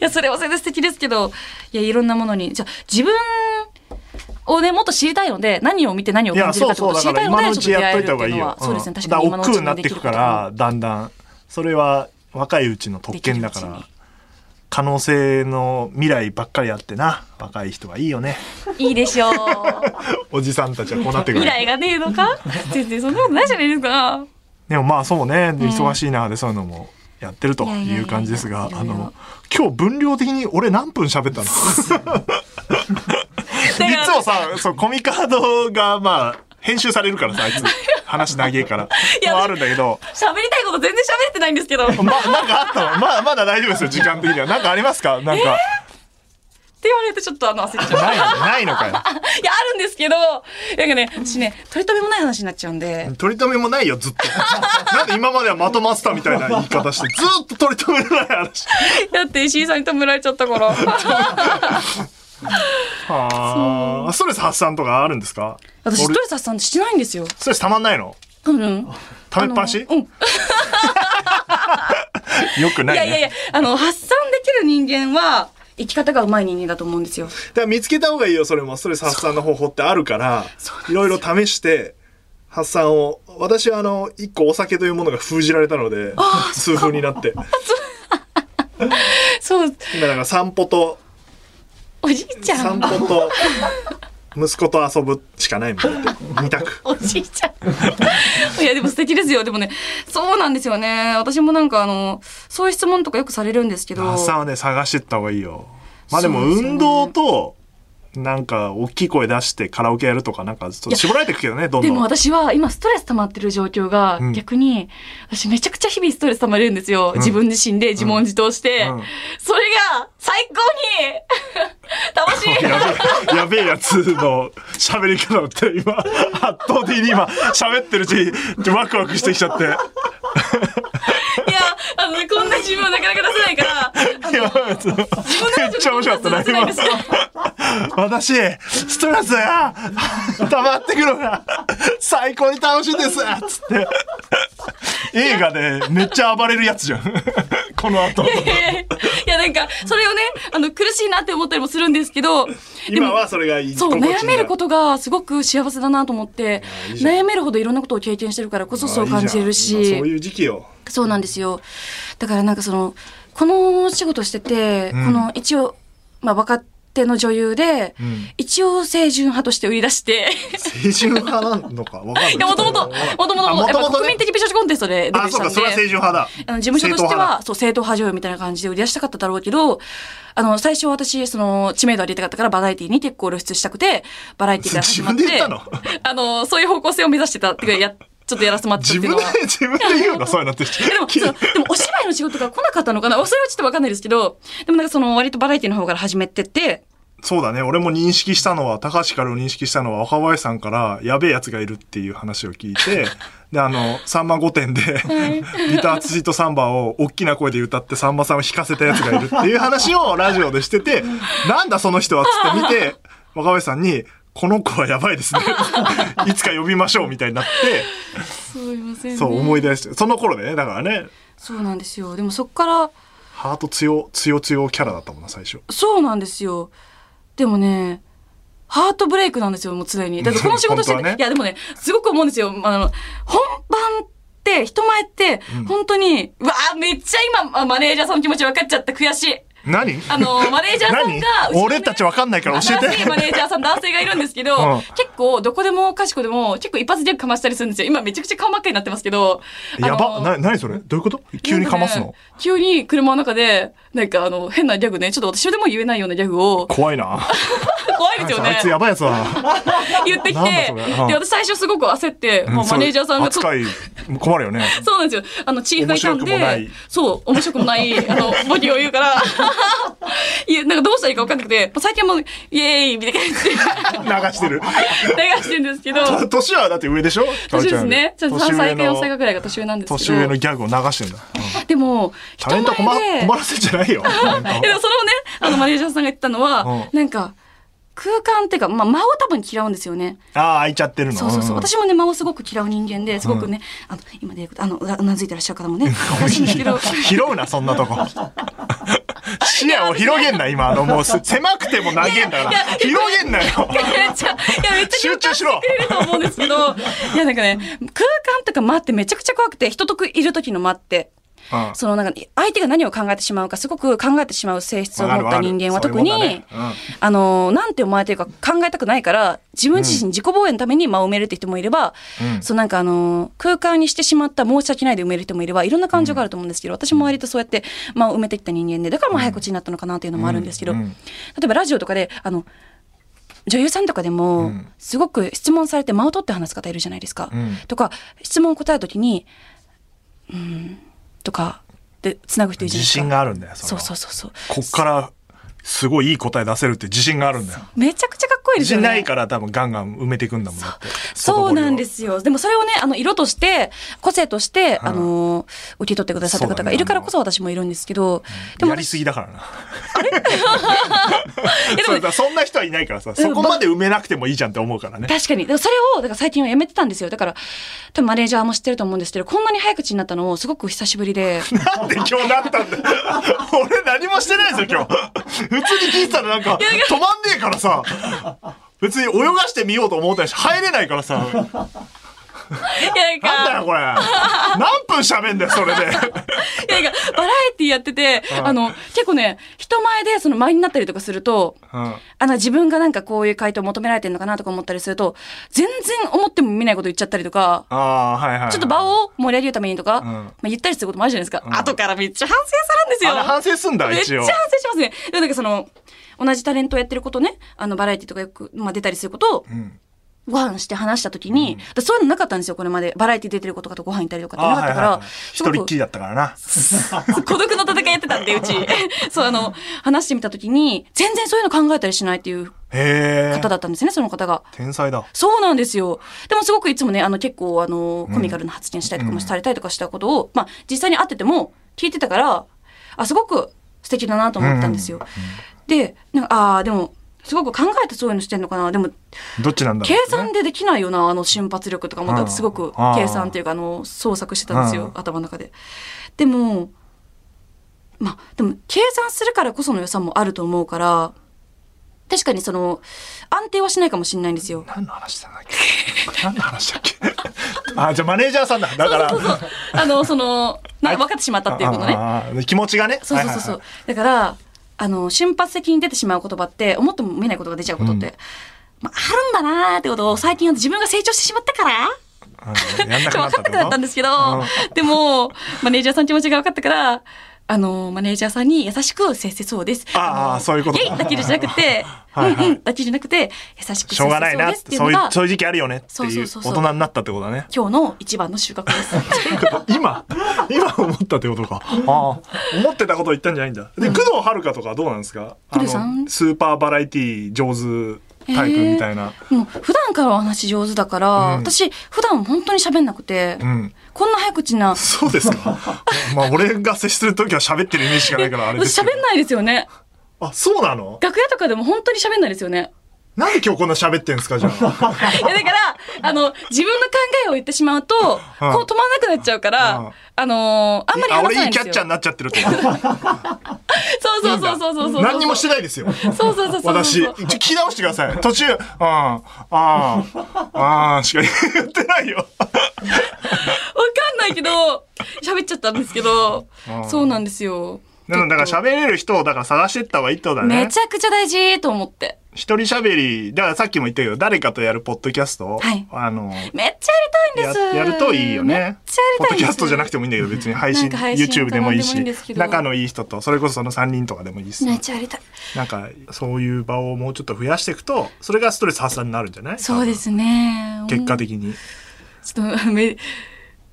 Speaker 2: やそれはそれで素敵ですけどいやいろんなものにじゃあ自分をねもっと知りたいので何を見て何を
Speaker 1: い
Speaker 2: 感
Speaker 1: や
Speaker 2: じる
Speaker 1: そ
Speaker 2: か
Speaker 1: う
Speaker 2: ってこ
Speaker 1: そう
Speaker 2: とを
Speaker 1: だ
Speaker 2: 知
Speaker 1: か
Speaker 2: り
Speaker 1: ら
Speaker 2: た
Speaker 1: 今の
Speaker 2: いの
Speaker 1: うちやっと
Speaker 2: でちょっと出会え
Speaker 1: いた方がいうい
Speaker 2: るっていの
Speaker 1: よ
Speaker 2: は、そうですね
Speaker 1: ん
Speaker 2: 確
Speaker 1: だ
Speaker 2: からに今のう
Speaker 1: 億
Speaker 2: ち
Speaker 1: 劫になっ
Speaker 2: にで
Speaker 1: てく
Speaker 2: きる
Speaker 1: か
Speaker 2: からら
Speaker 1: だんだんそれは若いうちの特権だか
Speaker 2: できるう
Speaker 1: ら
Speaker 2: ちに
Speaker 1: 可能性の未来ばっかりあってな若い人はいいよね
Speaker 2: いい でしょう
Speaker 1: おじさんたちはこうなってくる
Speaker 2: 未来がねえのか全然そんなことないじゃないですか
Speaker 1: でもまあそうね、忙しい中でそういうのもやってるという感じですが
Speaker 2: いや
Speaker 1: あ
Speaker 2: いやいやいやいろいろ
Speaker 1: の今日分量的に俺何分喋ったのい つ
Speaker 2: から
Speaker 1: もさそうコミカードがまあ編集されるからさあいつ話長え から
Speaker 2: いや
Speaker 1: もうあるんだけど
Speaker 2: 喋りたいこと全然喋れてないんですけど
Speaker 1: まなんかあったのまあまだ大丈夫ですよ時間的にはなんかありますかなんか、
Speaker 2: 言われてちょっとあの焦っちゃう。
Speaker 1: ないないのかよ
Speaker 2: いや、あるんですけど、なんかね、私ね、取り留めもない話になっちゃうんで、
Speaker 1: 取り留めもないよずっと なんで今まではまとまってたみたいな言い方してずっと取り留めのない話
Speaker 2: だって石井さんに止められちゃった から。
Speaker 1: はあストレス発散とかあるんですか
Speaker 2: 私、スト
Speaker 1: 俺
Speaker 2: レス発散してないんですよ。
Speaker 1: ストレスたまんないの
Speaker 2: 多分。
Speaker 1: ためっぱなし、
Speaker 2: あのうん。
Speaker 1: よくないいね
Speaker 2: やいやいや、あの、発散できる人間は、生き方がうまい人間だと思うんですよ。
Speaker 1: だから見つけた方がいいよそれもストレス発散の方法ってあるからいろいろ試して発散を私はあの一個お酒というものが封じられたので痛風になって
Speaker 2: そう、
Speaker 1: 今だから散歩と
Speaker 2: おじいちゃ
Speaker 1: 散
Speaker 2: ん。
Speaker 1: 歩と息子と遊ぶしかないもん二択
Speaker 2: おじいちゃん。いや、でも素敵ですよ。でもね、そうなんですよね。私もなんか、あの、そういう質問とかよくされるんですけど。
Speaker 1: 発散はね探してった方がいいよまあでも
Speaker 2: そうですよね
Speaker 1: 運動となんか大きい声出してカラオケやるとかなんかちょっと絞られてくけどねどん
Speaker 2: で
Speaker 1: ど
Speaker 2: も
Speaker 1: ん
Speaker 2: 私は今ストレス溜まってる状況が
Speaker 1: うん
Speaker 2: 逆に、私めちゃくちゃ日々ストレス溜まれるんですよ。自分自身で自問自答して。
Speaker 1: うんうん
Speaker 2: それが最 高に楽しい
Speaker 1: やべえやべえやつの喋り方だって今圧倒的に今喋ってるうちにワクワクしてきちゃって
Speaker 2: いや、あの、こんな自分はなかなか出せないから、あ
Speaker 1: いや
Speaker 2: の、
Speaker 1: 別にめっ
Speaker 2: 自分の
Speaker 1: ちゃ面白かったな今
Speaker 2: 出せないんですよ
Speaker 1: 私ストレスが溜まってくのが最高に楽しいですつって映画でめっちゃ暴れるやつじゃんこの後
Speaker 2: いやいやいや、なんか、それをね、あの、苦しいなって思ったりもするんですけど、で
Speaker 1: 今
Speaker 2: も、
Speaker 1: はそれがいい
Speaker 2: そう、悩めることとがすごく幸せだなと思って、
Speaker 1: いやいいじゃん
Speaker 2: 悩めるほどいろんなことを経験してるからこそそう感じれ
Speaker 1: い
Speaker 2: る
Speaker 1: いじゃん
Speaker 2: し
Speaker 1: 今そう。いう時期 よ
Speaker 2: そうなんですよ。だからなんかその、このお仕事してて、
Speaker 1: うん
Speaker 2: この一応、まあ若手の女優で、
Speaker 1: ん
Speaker 2: 一応清純派として売り出して、
Speaker 1: 青春派なのかわかんない
Speaker 2: いや、もともと、もとも
Speaker 1: あ
Speaker 2: と、
Speaker 1: 元
Speaker 2: やっぱ
Speaker 1: 々ね
Speaker 2: 国民的美女コンテストでデビュー
Speaker 1: あ
Speaker 2: し
Speaker 1: そう
Speaker 2: た
Speaker 1: か
Speaker 2: ん
Speaker 1: それは青春
Speaker 2: で、
Speaker 1: 派だ
Speaker 2: あの事務所として
Speaker 1: 正統派
Speaker 2: は、そう、正統派女優みたいな感じで売り出したかっただろうけど、あの、最初私、その、知名度上げたかったから、バラエティに結構露出したくて、バラエティから始まって、
Speaker 1: 自分で言った
Speaker 2: あの、そういう方向性を目指してたっていうか、や、ちょっとやらせてもらってた
Speaker 1: 自
Speaker 2: ってい
Speaker 1: 分
Speaker 2: うの
Speaker 1: で
Speaker 2: は。
Speaker 1: 自分で言うのそういうのって
Speaker 2: え でも、そう、でもお芝居の仕事が来なかったのかなそれはちょっとわかんないですけど、でもなんかその割とバラエティの方から始めてて、
Speaker 1: そうだね俺も認識したのは高橋から認識したのは若林さんからやべえやつがいるっていう話を聞い てであの「さんま御殿」で「ビターツシートサンバ」を大きな声で歌ってさんまさんを弾かせたやつがいるっていう話をラジオでしてて「なんだその人は」っつって見 て若林さんに「この子はやばいですね」いつか呼びましょうみたいになって
Speaker 2: すいません、ね。
Speaker 1: そう思い出してその頃でねだからね
Speaker 2: そうなんですよ。でもそっから、
Speaker 1: ハート強強強キャラだったもんな最初。
Speaker 2: そうなんですよ。でもね、ハートブレイクなんですよ、もう常に。だってこの仕事してて、
Speaker 1: 本当はね
Speaker 2: いやでもね、すごく思うんですよ。あの、本番って、人前って、本当に、うわあめっちゃ今、あマネージャーさんの気持ち分かっちゃった、悔しい。
Speaker 1: 何
Speaker 2: あの、マネージャーさんが
Speaker 1: 何、
Speaker 2: 後ろに
Speaker 1: 俺たちわかんないから教えて
Speaker 2: 新しいマネージャーさん、男性がいるんですけど、
Speaker 1: うん
Speaker 2: 結構、どこでもかしこでも、結構一発ギャグかましたりするんですよ。今めちゃくちゃ顔真っ赤になってますけど。
Speaker 1: やば
Speaker 2: あの
Speaker 1: な、なにそれどういうこと急にかます
Speaker 2: なん
Speaker 1: の
Speaker 2: かね急に車の中で、なんかあの、変なギャグね、ちょっと私でも言えないようなギャ グを、
Speaker 1: 怖いな。
Speaker 2: 怖いですよ
Speaker 1: あい
Speaker 2: ね
Speaker 1: つ。やばいやつ だ。
Speaker 2: 言ってき
Speaker 1: なんだ
Speaker 2: て、
Speaker 1: それうん
Speaker 2: で、私最初すごく焦って、もうマネージャーさんが、
Speaker 1: そ
Speaker 2: そう
Speaker 1: 扱い困るよね。
Speaker 2: そうなんですよ。あの、チーフがいたん
Speaker 1: 面白くもな
Speaker 2: で
Speaker 1: い、
Speaker 2: そう、面白くもない、あの、ボディを言うから、 いや、なんかどうしたらいいか分かんなくて、最近はもう、イエーイみたいな感じ
Speaker 1: 流して
Speaker 2: で、
Speaker 1: る。
Speaker 2: 流してるんです けど、
Speaker 1: 年はだって上でしょ
Speaker 2: 年上ですね。ちょっと3歳か
Speaker 1: 年上の
Speaker 2: 4歳かぐらいが年上なんですけど。
Speaker 1: 年上のギャグを流してるんだ。
Speaker 2: でも、人
Speaker 1: タレ
Speaker 2: 前
Speaker 1: ン
Speaker 2: で
Speaker 1: ト、困困らせんじゃないよ。タレン
Speaker 2: え でもそれをね、あの、マネージャーさんが言ったのは、
Speaker 1: うん
Speaker 2: なんか、空間っていうか、まあ、間を多分嫌うんですよね。
Speaker 1: トああ、開いちゃってるの。
Speaker 2: そうそうそう。
Speaker 1: ん
Speaker 2: 私もね、間をすごく嫌う人間で、すごくね、あの、今で言うこと、あの、うなうなずいてらっしゃる方 もね、いらっしゃるんですけど、
Speaker 1: 拾うな、そんなとこ。視野を広げんな、今。あの、もう、狭くても投げんだから。広げんなよ。
Speaker 2: いやめっちゃ、いや、めっちゃ
Speaker 1: 集中しろ。
Speaker 2: いると思うんですけど、いや、なんかね、空間とか間ってめちゃくちゃ怖くて、人といる時の間って。
Speaker 1: うん
Speaker 2: そのなんか相手が何を考えてしまうかすごく考えてしまう性質を持
Speaker 1: わ
Speaker 2: っ
Speaker 1: か
Speaker 2: た
Speaker 1: るわ
Speaker 2: 人
Speaker 1: かる
Speaker 2: 間は特に、
Speaker 1: そういうもんだね
Speaker 2: あのなんて思われてるか考えたくないから自分自身自己防衛のために間を埋めるって人もいれば、
Speaker 1: うん
Speaker 2: そうなんかあの空間にしてしまった申し訳ないで埋める人もいればいろんな感情があると思うんですけど、私も割とそうやって間を埋めてきた人間でだからまあ早口になったのかなっていうのもあるんですけど、
Speaker 1: うんうん
Speaker 2: 例えばラジオとかであの女優さんとかでも、
Speaker 1: ん
Speaker 2: すごく質問されて間を取って話す方いるじゃないですか。
Speaker 1: うん
Speaker 2: とか質問答えるときにとかでつなぐ人いるじ
Speaker 1: 自
Speaker 2: ゃないですか
Speaker 1: 信があるんだよ、。
Speaker 2: そうそううそうそう
Speaker 1: こっから、すごいいい答え出せるって自信があるんだよ。
Speaker 2: めちゃくちゃかっこいいで
Speaker 1: 自
Speaker 2: すよ
Speaker 1: 信
Speaker 2: ね。
Speaker 1: ないから多分ガンガン埋めていくんだもんだって。。
Speaker 2: そうなんですすよ。でもそれをね、あの、色として、個性として、あの、受け取ってくださった
Speaker 1: そ
Speaker 2: 方
Speaker 1: うだ
Speaker 2: が
Speaker 1: ね
Speaker 2: いるからこそ私もいるんですけど、でも
Speaker 1: やりすぎだからな。
Speaker 2: いやでも
Speaker 1: そうだからそんな人はいないからさ、そこまで埋めなくてもいいじゃんって思うからね。
Speaker 2: 確かに。でもそれを、だから最近はやめてたんですよ。だから、多分マネージャーも知ってると思うんですけど、こんなに早口になったのをすごく久しぶ りで。
Speaker 1: なんで今日なったんだよ俺何もしてないですよ、今日。普通に聞いてたらなんか、止まんねえからさ。別に泳がしてみようと思ったし、入れないからさ。
Speaker 2: い
Speaker 1: なんだよ、これ。何分喋んだよ、それで。
Speaker 2: いやいや、バラエティやってて、あの、結構ね、人前でその前になったりとかすると、
Speaker 1: うん
Speaker 2: あの、自分がなんかこういう回答求められてるのかなとか思ったりすると、全然思っても見ないこと言っちゃったりとか、
Speaker 1: ああ、はいはいはい。
Speaker 2: ちょっと場
Speaker 1: を。
Speaker 2: を盛り上げるためにとか、
Speaker 1: ん
Speaker 2: まあ、言ったりすることもあるじゃないですか。
Speaker 1: うん
Speaker 2: 後からめっちゃ反省するんですよ。
Speaker 1: あれ反省すんだ、
Speaker 2: めっ
Speaker 1: 一
Speaker 2: ちゃ
Speaker 1: 応
Speaker 2: 反。省しますね。でもなんかその、同じタレントをやってることね、あの、バラエティとかよく、まあ、出たりすることを、
Speaker 1: うん
Speaker 2: ご飯して話した時に、だからそういうのなかったんですよ、これまで。バラエティ出てることかとご飯行ったりとかって
Speaker 1: あ
Speaker 2: な
Speaker 1: あ
Speaker 2: かっ
Speaker 1: はい
Speaker 2: た
Speaker 1: はい
Speaker 2: か
Speaker 1: は
Speaker 2: ら
Speaker 1: い、
Speaker 2: す
Speaker 1: 一
Speaker 2: ご
Speaker 1: 人っ
Speaker 2: く
Speaker 1: きりだったからな。
Speaker 2: 孤独の戦いやってたんで、 うち。そう、あの、話してみたときに、全然そういうの考えたりしないっていう
Speaker 1: へえ
Speaker 2: 方。だったんですね、その方が。
Speaker 1: 天才だ。
Speaker 2: そうなんですよ。でもすごくいつもね、あの、結構、あの、コミカルな発言したりとかもされたりとかしたことを、まあ、実際に会ってても聞いてたから、あ、すごく素敵だなと思ったんですよ。で、なんか、ああ、でも、すごく考えてそういうのしてんのかな。でも、
Speaker 1: どっちなんだろ
Speaker 2: 計
Speaker 1: う。
Speaker 2: 算でできないよな、あの瞬発力とかも、だってすごく
Speaker 1: あー
Speaker 2: 計算っていうか、あの、創作してたんですよ、
Speaker 1: う
Speaker 2: 頭の中で。でも、まあ、でも、計算するからこその良さもあると思うから、確かにその、安定はしないかもしれないんですよ。
Speaker 1: 何の話したんだっけ何の話だっけ あ、じゃあマネージャーさんだ。だから。
Speaker 2: そうそう。あの、その、な分かってしまったっていうことね。
Speaker 1: ああああ気持ちがね。
Speaker 2: そうそうそうそう、だからあの瞬発的に出てしまう言葉って思っても見ないことが出ちゃうことって、まあ、あるんだなーってことを最近自分が成長してしまったから
Speaker 1: はいはいはいうんやんなく
Speaker 2: ちょ
Speaker 1: な
Speaker 2: っ
Speaker 1: っ
Speaker 2: と
Speaker 1: た
Speaker 2: 分かってなかったんですけど、
Speaker 1: う
Speaker 2: でもマネージャーさんの気持ちが分かったからあのマネージャーさんに優しく接せそうです。
Speaker 1: ああ
Speaker 2: の
Speaker 1: ああそういうこと
Speaker 2: イェイだけじゃなくて、
Speaker 1: はいはい
Speaker 2: うんうんだけじゃなくて優しく接
Speaker 1: し
Speaker 2: せ
Speaker 1: ょう
Speaker 2: そ
Speaker 1: がないうな
Speaker 2: で
Speaker 1: っ
Speaker 2: すって
Speaker 1: て
Speaker 2: い
Speaker 1: そ
Speaker 2: うの
Speaker 1: ういう
Speaker 2: が
Speaker 1: そういう時期あるよねって
Speaker 2: そう
Speaker 1: い
Speaker 2: そうう
Speaker 1: 大
Speaker 2: そうそう
Speaker 1: 人になったってことだね
Speaker 2: 今日の一番の収穫です。
Speaker 1: 今 今思ったってことかああ思ってたこと言ったんじゃないんだで工藤遥とかどうなんですかあ
Speaker 2: 工藤さん
Speaker 1: のスーパーバラエティ上手タイプみたいな、
Speaker 2: もう普段からお話上手だから、
Speaker 1: うん
Speaker 2: 私普段本当に喋んなくて、
Speaker 1: うん
Speaker 2: こんな早口な
Speaker 1: そうですか まあ俺が接する時は喋ってるイメージしかないからあれです
Speaker 2: 私
Speaker 1: けど
Speaker 2: 喋んないですよね。
Speaker 1: あそうなの
Speaker 2: 楽屋とかでも本当に喋んないですよね。
Speaker 1: なんで今日こんな喋ってんですかじゃあ
Speaker 2: いやだから、あの、自分の考えを言ってしまうと、こう止まらなくなっちゃうか
Speaker 1: うん
Speaker 2: ら、あの ーあんまり
Speaker 1: あ
Speaker 2: 話
Speaker 1: 俺
Speaker 2: さない
Speaker 1: い
Speaker 2: ん
Speaker 1: いキ
Speaker 2: で
Speaker 1: ャ
Speaker 2: す
Speaker 1: ッ
Speaker 2: よ。
Speaker 1: チャーになっちゃってるってこと
Speaker 2: そうそうそうそうそうそう。
Speaker 1: 何にもしてないですよ
Speaker 2: そうそうそうそう。
Speaker 1: 私、ちょ
Speaker 2: そうそう
Speaker 1: 聞き直してください。途中、ああ、ああ、ああ、しか言ってないよ。
Speaker 2: わかんないけど、喋っちゃったんですけど、そうなんですよ。
Speaker 1: だから、だから喋れる人を、だから探してった方がいいってことだ
Speaker 2: め
Speaker 1: ね。
Speaker 2: ちゃくちゃ大事と思って。
Speaker 1: 一人喋り、だからさっきも言ったけど、誰かとやるポッドキャストを、
Speaker 2: はい
Speaker 1: あの、
Speaker 2: めっちゃや
Speaker 1: や
Speaker 2: りたいんです
Speaker 1: やるといいよ
Speaker 2: めっ
Speaker 1: ね。
Speaker 2: ちゃやり
Speaker 1: ポ
Speaker 2: た
Speaker 1: ッド
Speaker 2: いん
Speaker 1: キ
Speaker 2: です
Speaker 1: ャストじゃなくてもいいんだけど、別に配信、
Speaker 2: なんか配信
Speaker 1: YouTube でもいい
Speaker 2: とかでもいい
Speaker 1: し
Speaker 2: んですけ、ど
Speaker 1: 仲のいい人と、それこそその3人とかでもいいし
Speaker 2: め、っちゃやりたい。
Speaker 1: なんか、そういう場をもうちょっと増やしていくと、それがストレス発散になるんじゃない
Speaker 2: そうで。すね。
Speaker 1: 多分結果的に。
Speaker 2: ちょっと、め、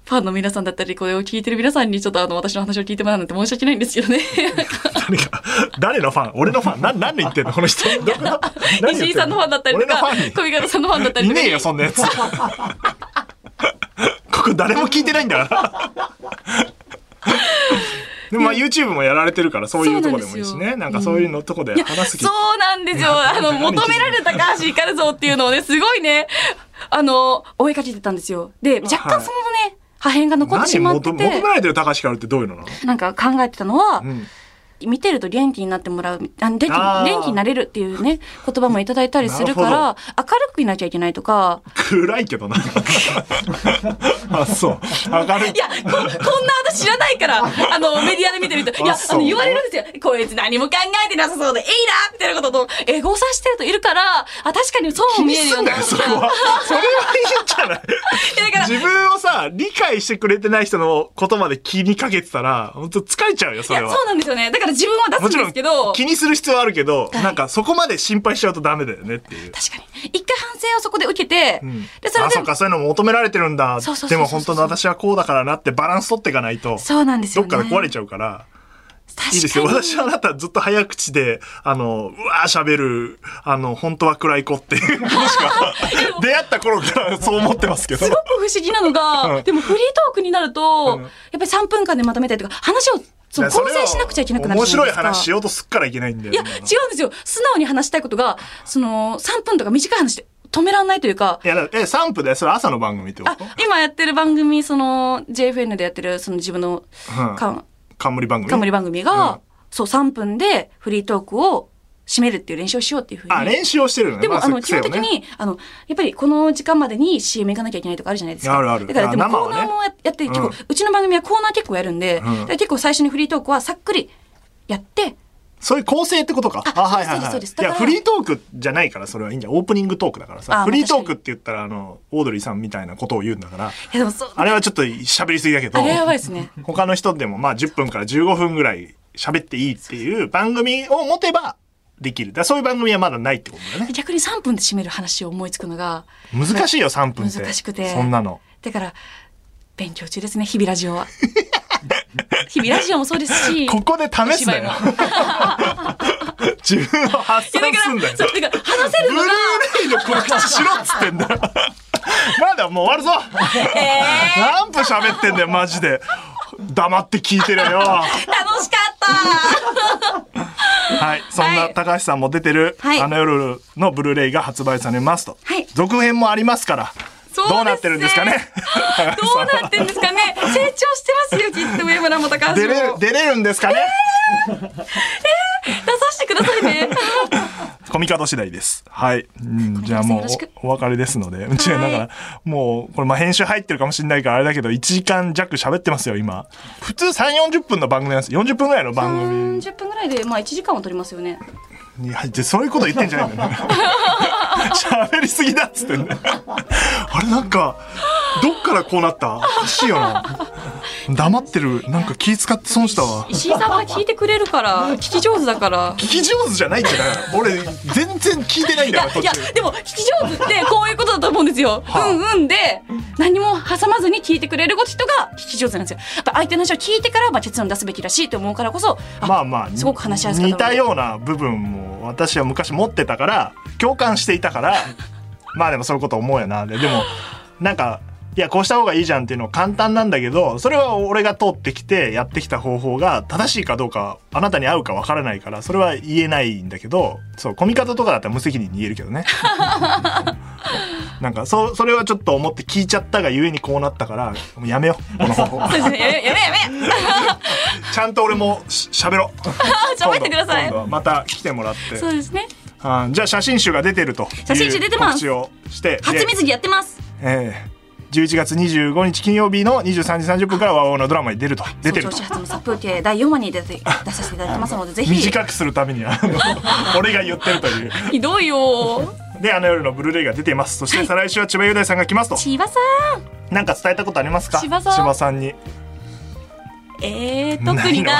Speaker 2: ファンの皆さんだったり、これを聞いてる皆さんに、ちょっとあの、私の話を聞いてもらうなんて申し訳ないんですけどね。
Speaker 1: 誰か、誰のファン俺のファンな何言ってんのこの人。どこの 何言っての
Speaker 2: 石井さんのファンだったりと
Speaker 1: 俺のフ
Speaker 2: か
Speaker 1: ァン、に
Speaker 2: 小見方さんのファンだったり
Speaker 1: い
Speaker 2: とか。
Speaker 1: ねえよ、そんなやつ。ここ誰も聞いてないんだから。でもまあ YouTube もやられてるからそういうとこでもいいし
Speaker 2: そうなん
Speaker 1: ね。
Speaker 2: ですよ
Speaker 1: なんかそういうのとこで
Speaker 2: いや
Speaker 1: 話す気
Speaker 2: そうなんですよ。あの、求められた高橋ひかる像っていうのをね、すごいね、あの、追いかけてたんですよ。で、若干そのね、破片が残ってし
Speaker 1: 何
Speaker 2: まっ
Speaker 1: 求
Speaker 2: て
Speaker 1: め求め
Speaker 2: て、
Speaker 1: られてる高橋かるってどういうのなの
Speaker 2: なんか考えてたのは、
Speaker 1: うん。
Speaker 2: 見てると元気になってもらう、あの元気
Speaker 1: あー
Speaker 2: 元気になれるっていうね、言葉もいただいたりするか
Speaker 1: な
Speaker 2: ら、明るくいなきゃいけないとか、
Speaker 1: 暗いけ どな。あ、そう。明るい
Speaker 2: い。や、こ、こんな私知らない から、あの、メディアで見てる人、いや、
Speaker 1: あ
Speaker 2: あ
Speaker 1: そう
Speaker 2: の、言われるんですよ。こいつ何も考えてなさそうで、いいなみたいなことと、エゴさしてるといるから、あ、確かにそう
Speaker 1: 気
Speaker 2: も
Speaker 1: に
Speaker 2: 見える
Speaker 1: す
Speaker 2: よ
Speaker 1: ん
Speaker 2: な
Speaker 1: だよ、そこは。それはいいんじゃない
Speaker 2: いやだから
Speaker 1: 自分をさ、理解してくれてない人のことまで気にかけてたら、本当疲れちゃうよ、そ
Speaker 2: い
Speaker 1: れ
Speaker 2: や、
Speaker 1: は。
Speaker 2: そうなんですよね。だから自分は出す
Speaker 1: もち
Speaker 2: んで
Speaker 1: ろん
Speaker 2: すけど、
Speaker 1: 気にする必要はあるけど、
Speaker 2: い
Speaker 1: なんかそこまで心配しちゃうとダメだよねっていう。
Speaker 2: 確かに。一回反省をそこで受けて、
Speaker 1: うん
Speaker 2: で、それ
Speaker 1: あ、そっ
Speaker 2: で、
Speaker 1: か、そういうのも求められてるんだ
Speaker 2: そうそ。うそうそう
Speaker 1: でも本当の私はこうだからなってバランス取っていかないと、
Speaker 2: そうなんです
Speaker 1: ど
Speaker 2: よ
Speaker 1: っ
Speaker 2: ね。
Speaker 1: かで壊れちゃうから、
Speaker 2: 確かに
Speaker 1: いいですよ。私はあなたずっと早口で、あの、うわー喋る、あの、本当は暗い子っていうことしか、出会った頃からそう思ってますけど
Speaker 2: す。ごく不思議なのが、
Speaker 1: うん
Speaker 2: でもフリートークになると、
Speaker 1: うん
Speaker 2: やっぱり3分間でまとめたりとか、話をその
Speaker 1: いやそれ
Speaker 2: 構
Speaker 1: を
Speaker 2: 成しなくちゃいけなくなる
Speaker 1: 面
Speaker 2: じゃな
Speaker 1: 白
Speaker 2: で
Speaker 1: い
Speaker 2: すか
Speaker 1: 話しようとすっからいけないんだよ。
Speaker 2: いや、違うん
Speaker 1: 今の
Speaker 2: ですよ。素直に話したいことが、その、3分とか短い話で止めらんないというか、
Speaker 1: いや、だからえ、3分で、それ朝の番組ってこ
Speaker 2: あ
Speaker 1: と、
Speaker 2: 今やってる番組、その、JFN でやってる、その自分の
Speaker 1: うん
Speaker 2: か、
Speaker 1: 冠番組
Speaker 2: 冠番組が、
Speaker 1: うん
Speaker 2: そう、3分でフリートークを締めるっていう練習をしようっていうふうに。
Speaker 1: あ、練習をしてるのね。
Speaker 2: でも、
Speaker 1: ま
Speaker 2: あ、の、基
Speaker 1: 癖を
Speaker 2: 本
Speaker 1: ね
Speaker 2: 的に、あの、やっぱりこの時間までに CM 行かなきゃいけないとかあるじゃないですか。
Speaker 1: あるある
Speaker 2: だから、でも
Speaker 1: あ生
Speaker 2: コ
Speaker 1: は
Speaker 2: ー
Speaker 1: ね
Speaker 2: ナーもややって、結構、
Speaker 1: うん
Speaker 2: うちの番組はコーナー結構やるんで、
Speaker 1: ん
Speaker 2: だから結構最初にフリートークはさっくりやって、
Speaker 1: そういう構成ってことか。
Speaker 2: あそうですそうです
Speaker 1: いや、
Speaker 2: だから
Speaker 1: フリートークじゃないから、それはいいんじゃん。オープニングトークだから
Speaker 2: あま
Speaker 1: さ。
Speaker 2: あ
Speaker 1: フリートークって言ったら、あの、オードリーさんみたいなことを言うんだから、
Speaker 2: いや、でもそう、
Speaker 1: あれはちょっと喋りすぎだけど
Speaker 2: あ、れやばいですね。
Speaker 1: 他の人でもまあ10分から15分ぐらい喋っていいっていう番組を持てばできる。だからそういう番組はまだないってことだね。
Speaker 2: 逆に3分で締める話を思いつくのが、
Speaker 1: 難しいよ、3分って。
Speaker 2: 難しくて
Speaker 1: そんなの。
Speaker 2: だから、勉強中ですね、日々ラ ジオは。日々ラジオもそうですし、
Speaker 1: ここで試すなよ
Speaker 2: お。
Speaker 1: 自分を発
Speaker 2: いや
Speaker 1: 散
Speaker 2: だ
Speaker 1: すんだよ。
Speaker 2: から、そう、だから話せる
Speaker 1: ブ
Speaker 2: の
Speaker 1: ル
Speaker 2: が、
Speaker 1: ーレイの告知しろっつってんだよ。まだもう終わるぞ。
Speaker 2: え
Speaker 1: 何分喋ってんだよ、マジで。黙って聞いてるよ。
Speaker 2: ー、楽しかった
Speaker 1: はい、そん
Speaker 2: は
Speaker 1: ない高橋さんも出てる、
Speaker 2: はい
Speaker 1: あの夜のブルーレイが発売されますと、
Speaker 2: はい
Speaker 1: 続編もありますから
Speaker 2: そうですね
Speaker 1: どうなってるんですかね
Speaker 2: どうなってんですかね成長してますよ、きっと上村も高橋も。
Speaker 1: 出れる出れるんですかね、
Speaker 2: 出させてくださいね。
Speaker 1: コミカド次第ですはい、うん、じゃあ
Speaker 2: よ
Speaker 1: もう
Speaker 2: ろしく
Speaker 1: おお別れですので違うだからもうこれまあ編集入ってるかもしれないからあれだけど1時間弱喋ってますよ今 普通3 4 0分の番組なんです40分ぐらいの 番組
Speaker 2: 十分ぐらいで、まあ、一時間は取りますよね。
Speaker 1: いや、でそういうこと言ってんじゃない んだよね。喋りすぎだっつってんだよあれなんか、どっからこうなったおかしいよな。黙ってる。なんか気使って損したわ。
Speaker 2: 石井さんは聞いてくれ るから、聞き上手だから。
Speaker 1: 聞き上手じゃないんじゃない俺、全然聞いてないんだから、途
Speaker 2: いや
Speaker 1: 中。、
Speaker 2: でも、聞き上手って、こういうことだと思うんですよ。
Speaker 1: はあ
Speaker 2: うんうんで、何も挟まずに聞いてくれる人が 聞き上手なんですよ。やっぱ相手の話を聞いてから、まあ、結論出すべきらしいと思うからこそ、
Speaker 1: まあまあ、
Speaker 2: すごく話しやすかった
Speaker 1: 似たような部分も私は昔持ってたから、共感していた から、まあでもそういうこと思うよな。ででも、なんか、いや、こうした方がいいじゃんっていうのは簡単なんだけど、それは俺が通ってきてやってきた方法が正しいかどうか、あなたに合うかわからないから、それは言えないんだけど、そう、コミカドとかだったら無責任に言えるけ どね。なんか、そ、それはちょっと思って聞いちゃったがゆえにこうなったから、もうやめよう、この方法。
Speaker 2: そうですね。やめやめやめ。
Speaker 1: ちゃんと俺もし喋 ろう。
Speaker 2: 喋ってください
Speaker 1: 今度はまた来てもらって
Speaker 2: そうですね。
Speaker 1: あーじゃあ写真集が出てると
Speaker 2: 写真集出てます
Speaker 1: いう告知をして
Speaker 2: 初
Speaker 1: で
Speaker 2: 水着やってます。
Speaker 1: えー11月25日金曜日の23時30分から和王のドラマに出ると出てる
Speaker 2: 女
Speaker 1: と
Speaker 2: 子初の殺風景第4話に出て出させていただいてますので、ぜひ。
Speaker 1: 短くするためにあ の俺が言ってるという
Speaker 2: ひどいよ。
Speaker 1: であの夜のブルーレイが出ていますそして再来週は千葉雄大さんが来ますと
Speaker 2: 千葉さん。
Speaker 1: なんか伝えたことありますか
Speaker 2: 千葉さん
Speaker 1: に
Speaker 2: えー、特にない。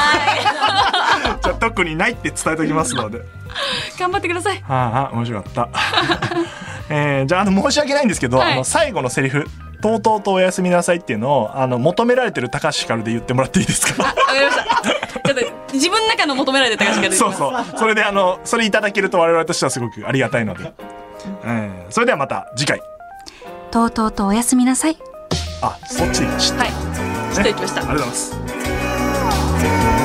Speaker 1: じゃあ特にないって伝えておきますので
Speaker 2: 頑張ってください。
Speaker 1: はあ、面白かった。 えーじゃあ、あの、申し訳ないんですけど、
Speaker 2: はい
Speaker 1: あの、最後のセリフ。とうとうとおやすみなさいっていうのを、あの、求められてる高橋ひかるで言ってもらっていいですか。
Speaker 2: わかりました。ちょっと自分の中の求められてた高橋からで す
Speaker 1: そうそう、それで、あの、それいただけると、我々としてはすごくありがたいので。えーそれでは、また次回。
Speaker 2: とうとうとおやすみなさい。
Speaker 1: あ、そっちで知った、ね。
Speaker 2: はい。ちょっと行きました
Speaker 1: ありがとうございます。
Speaker 3: 「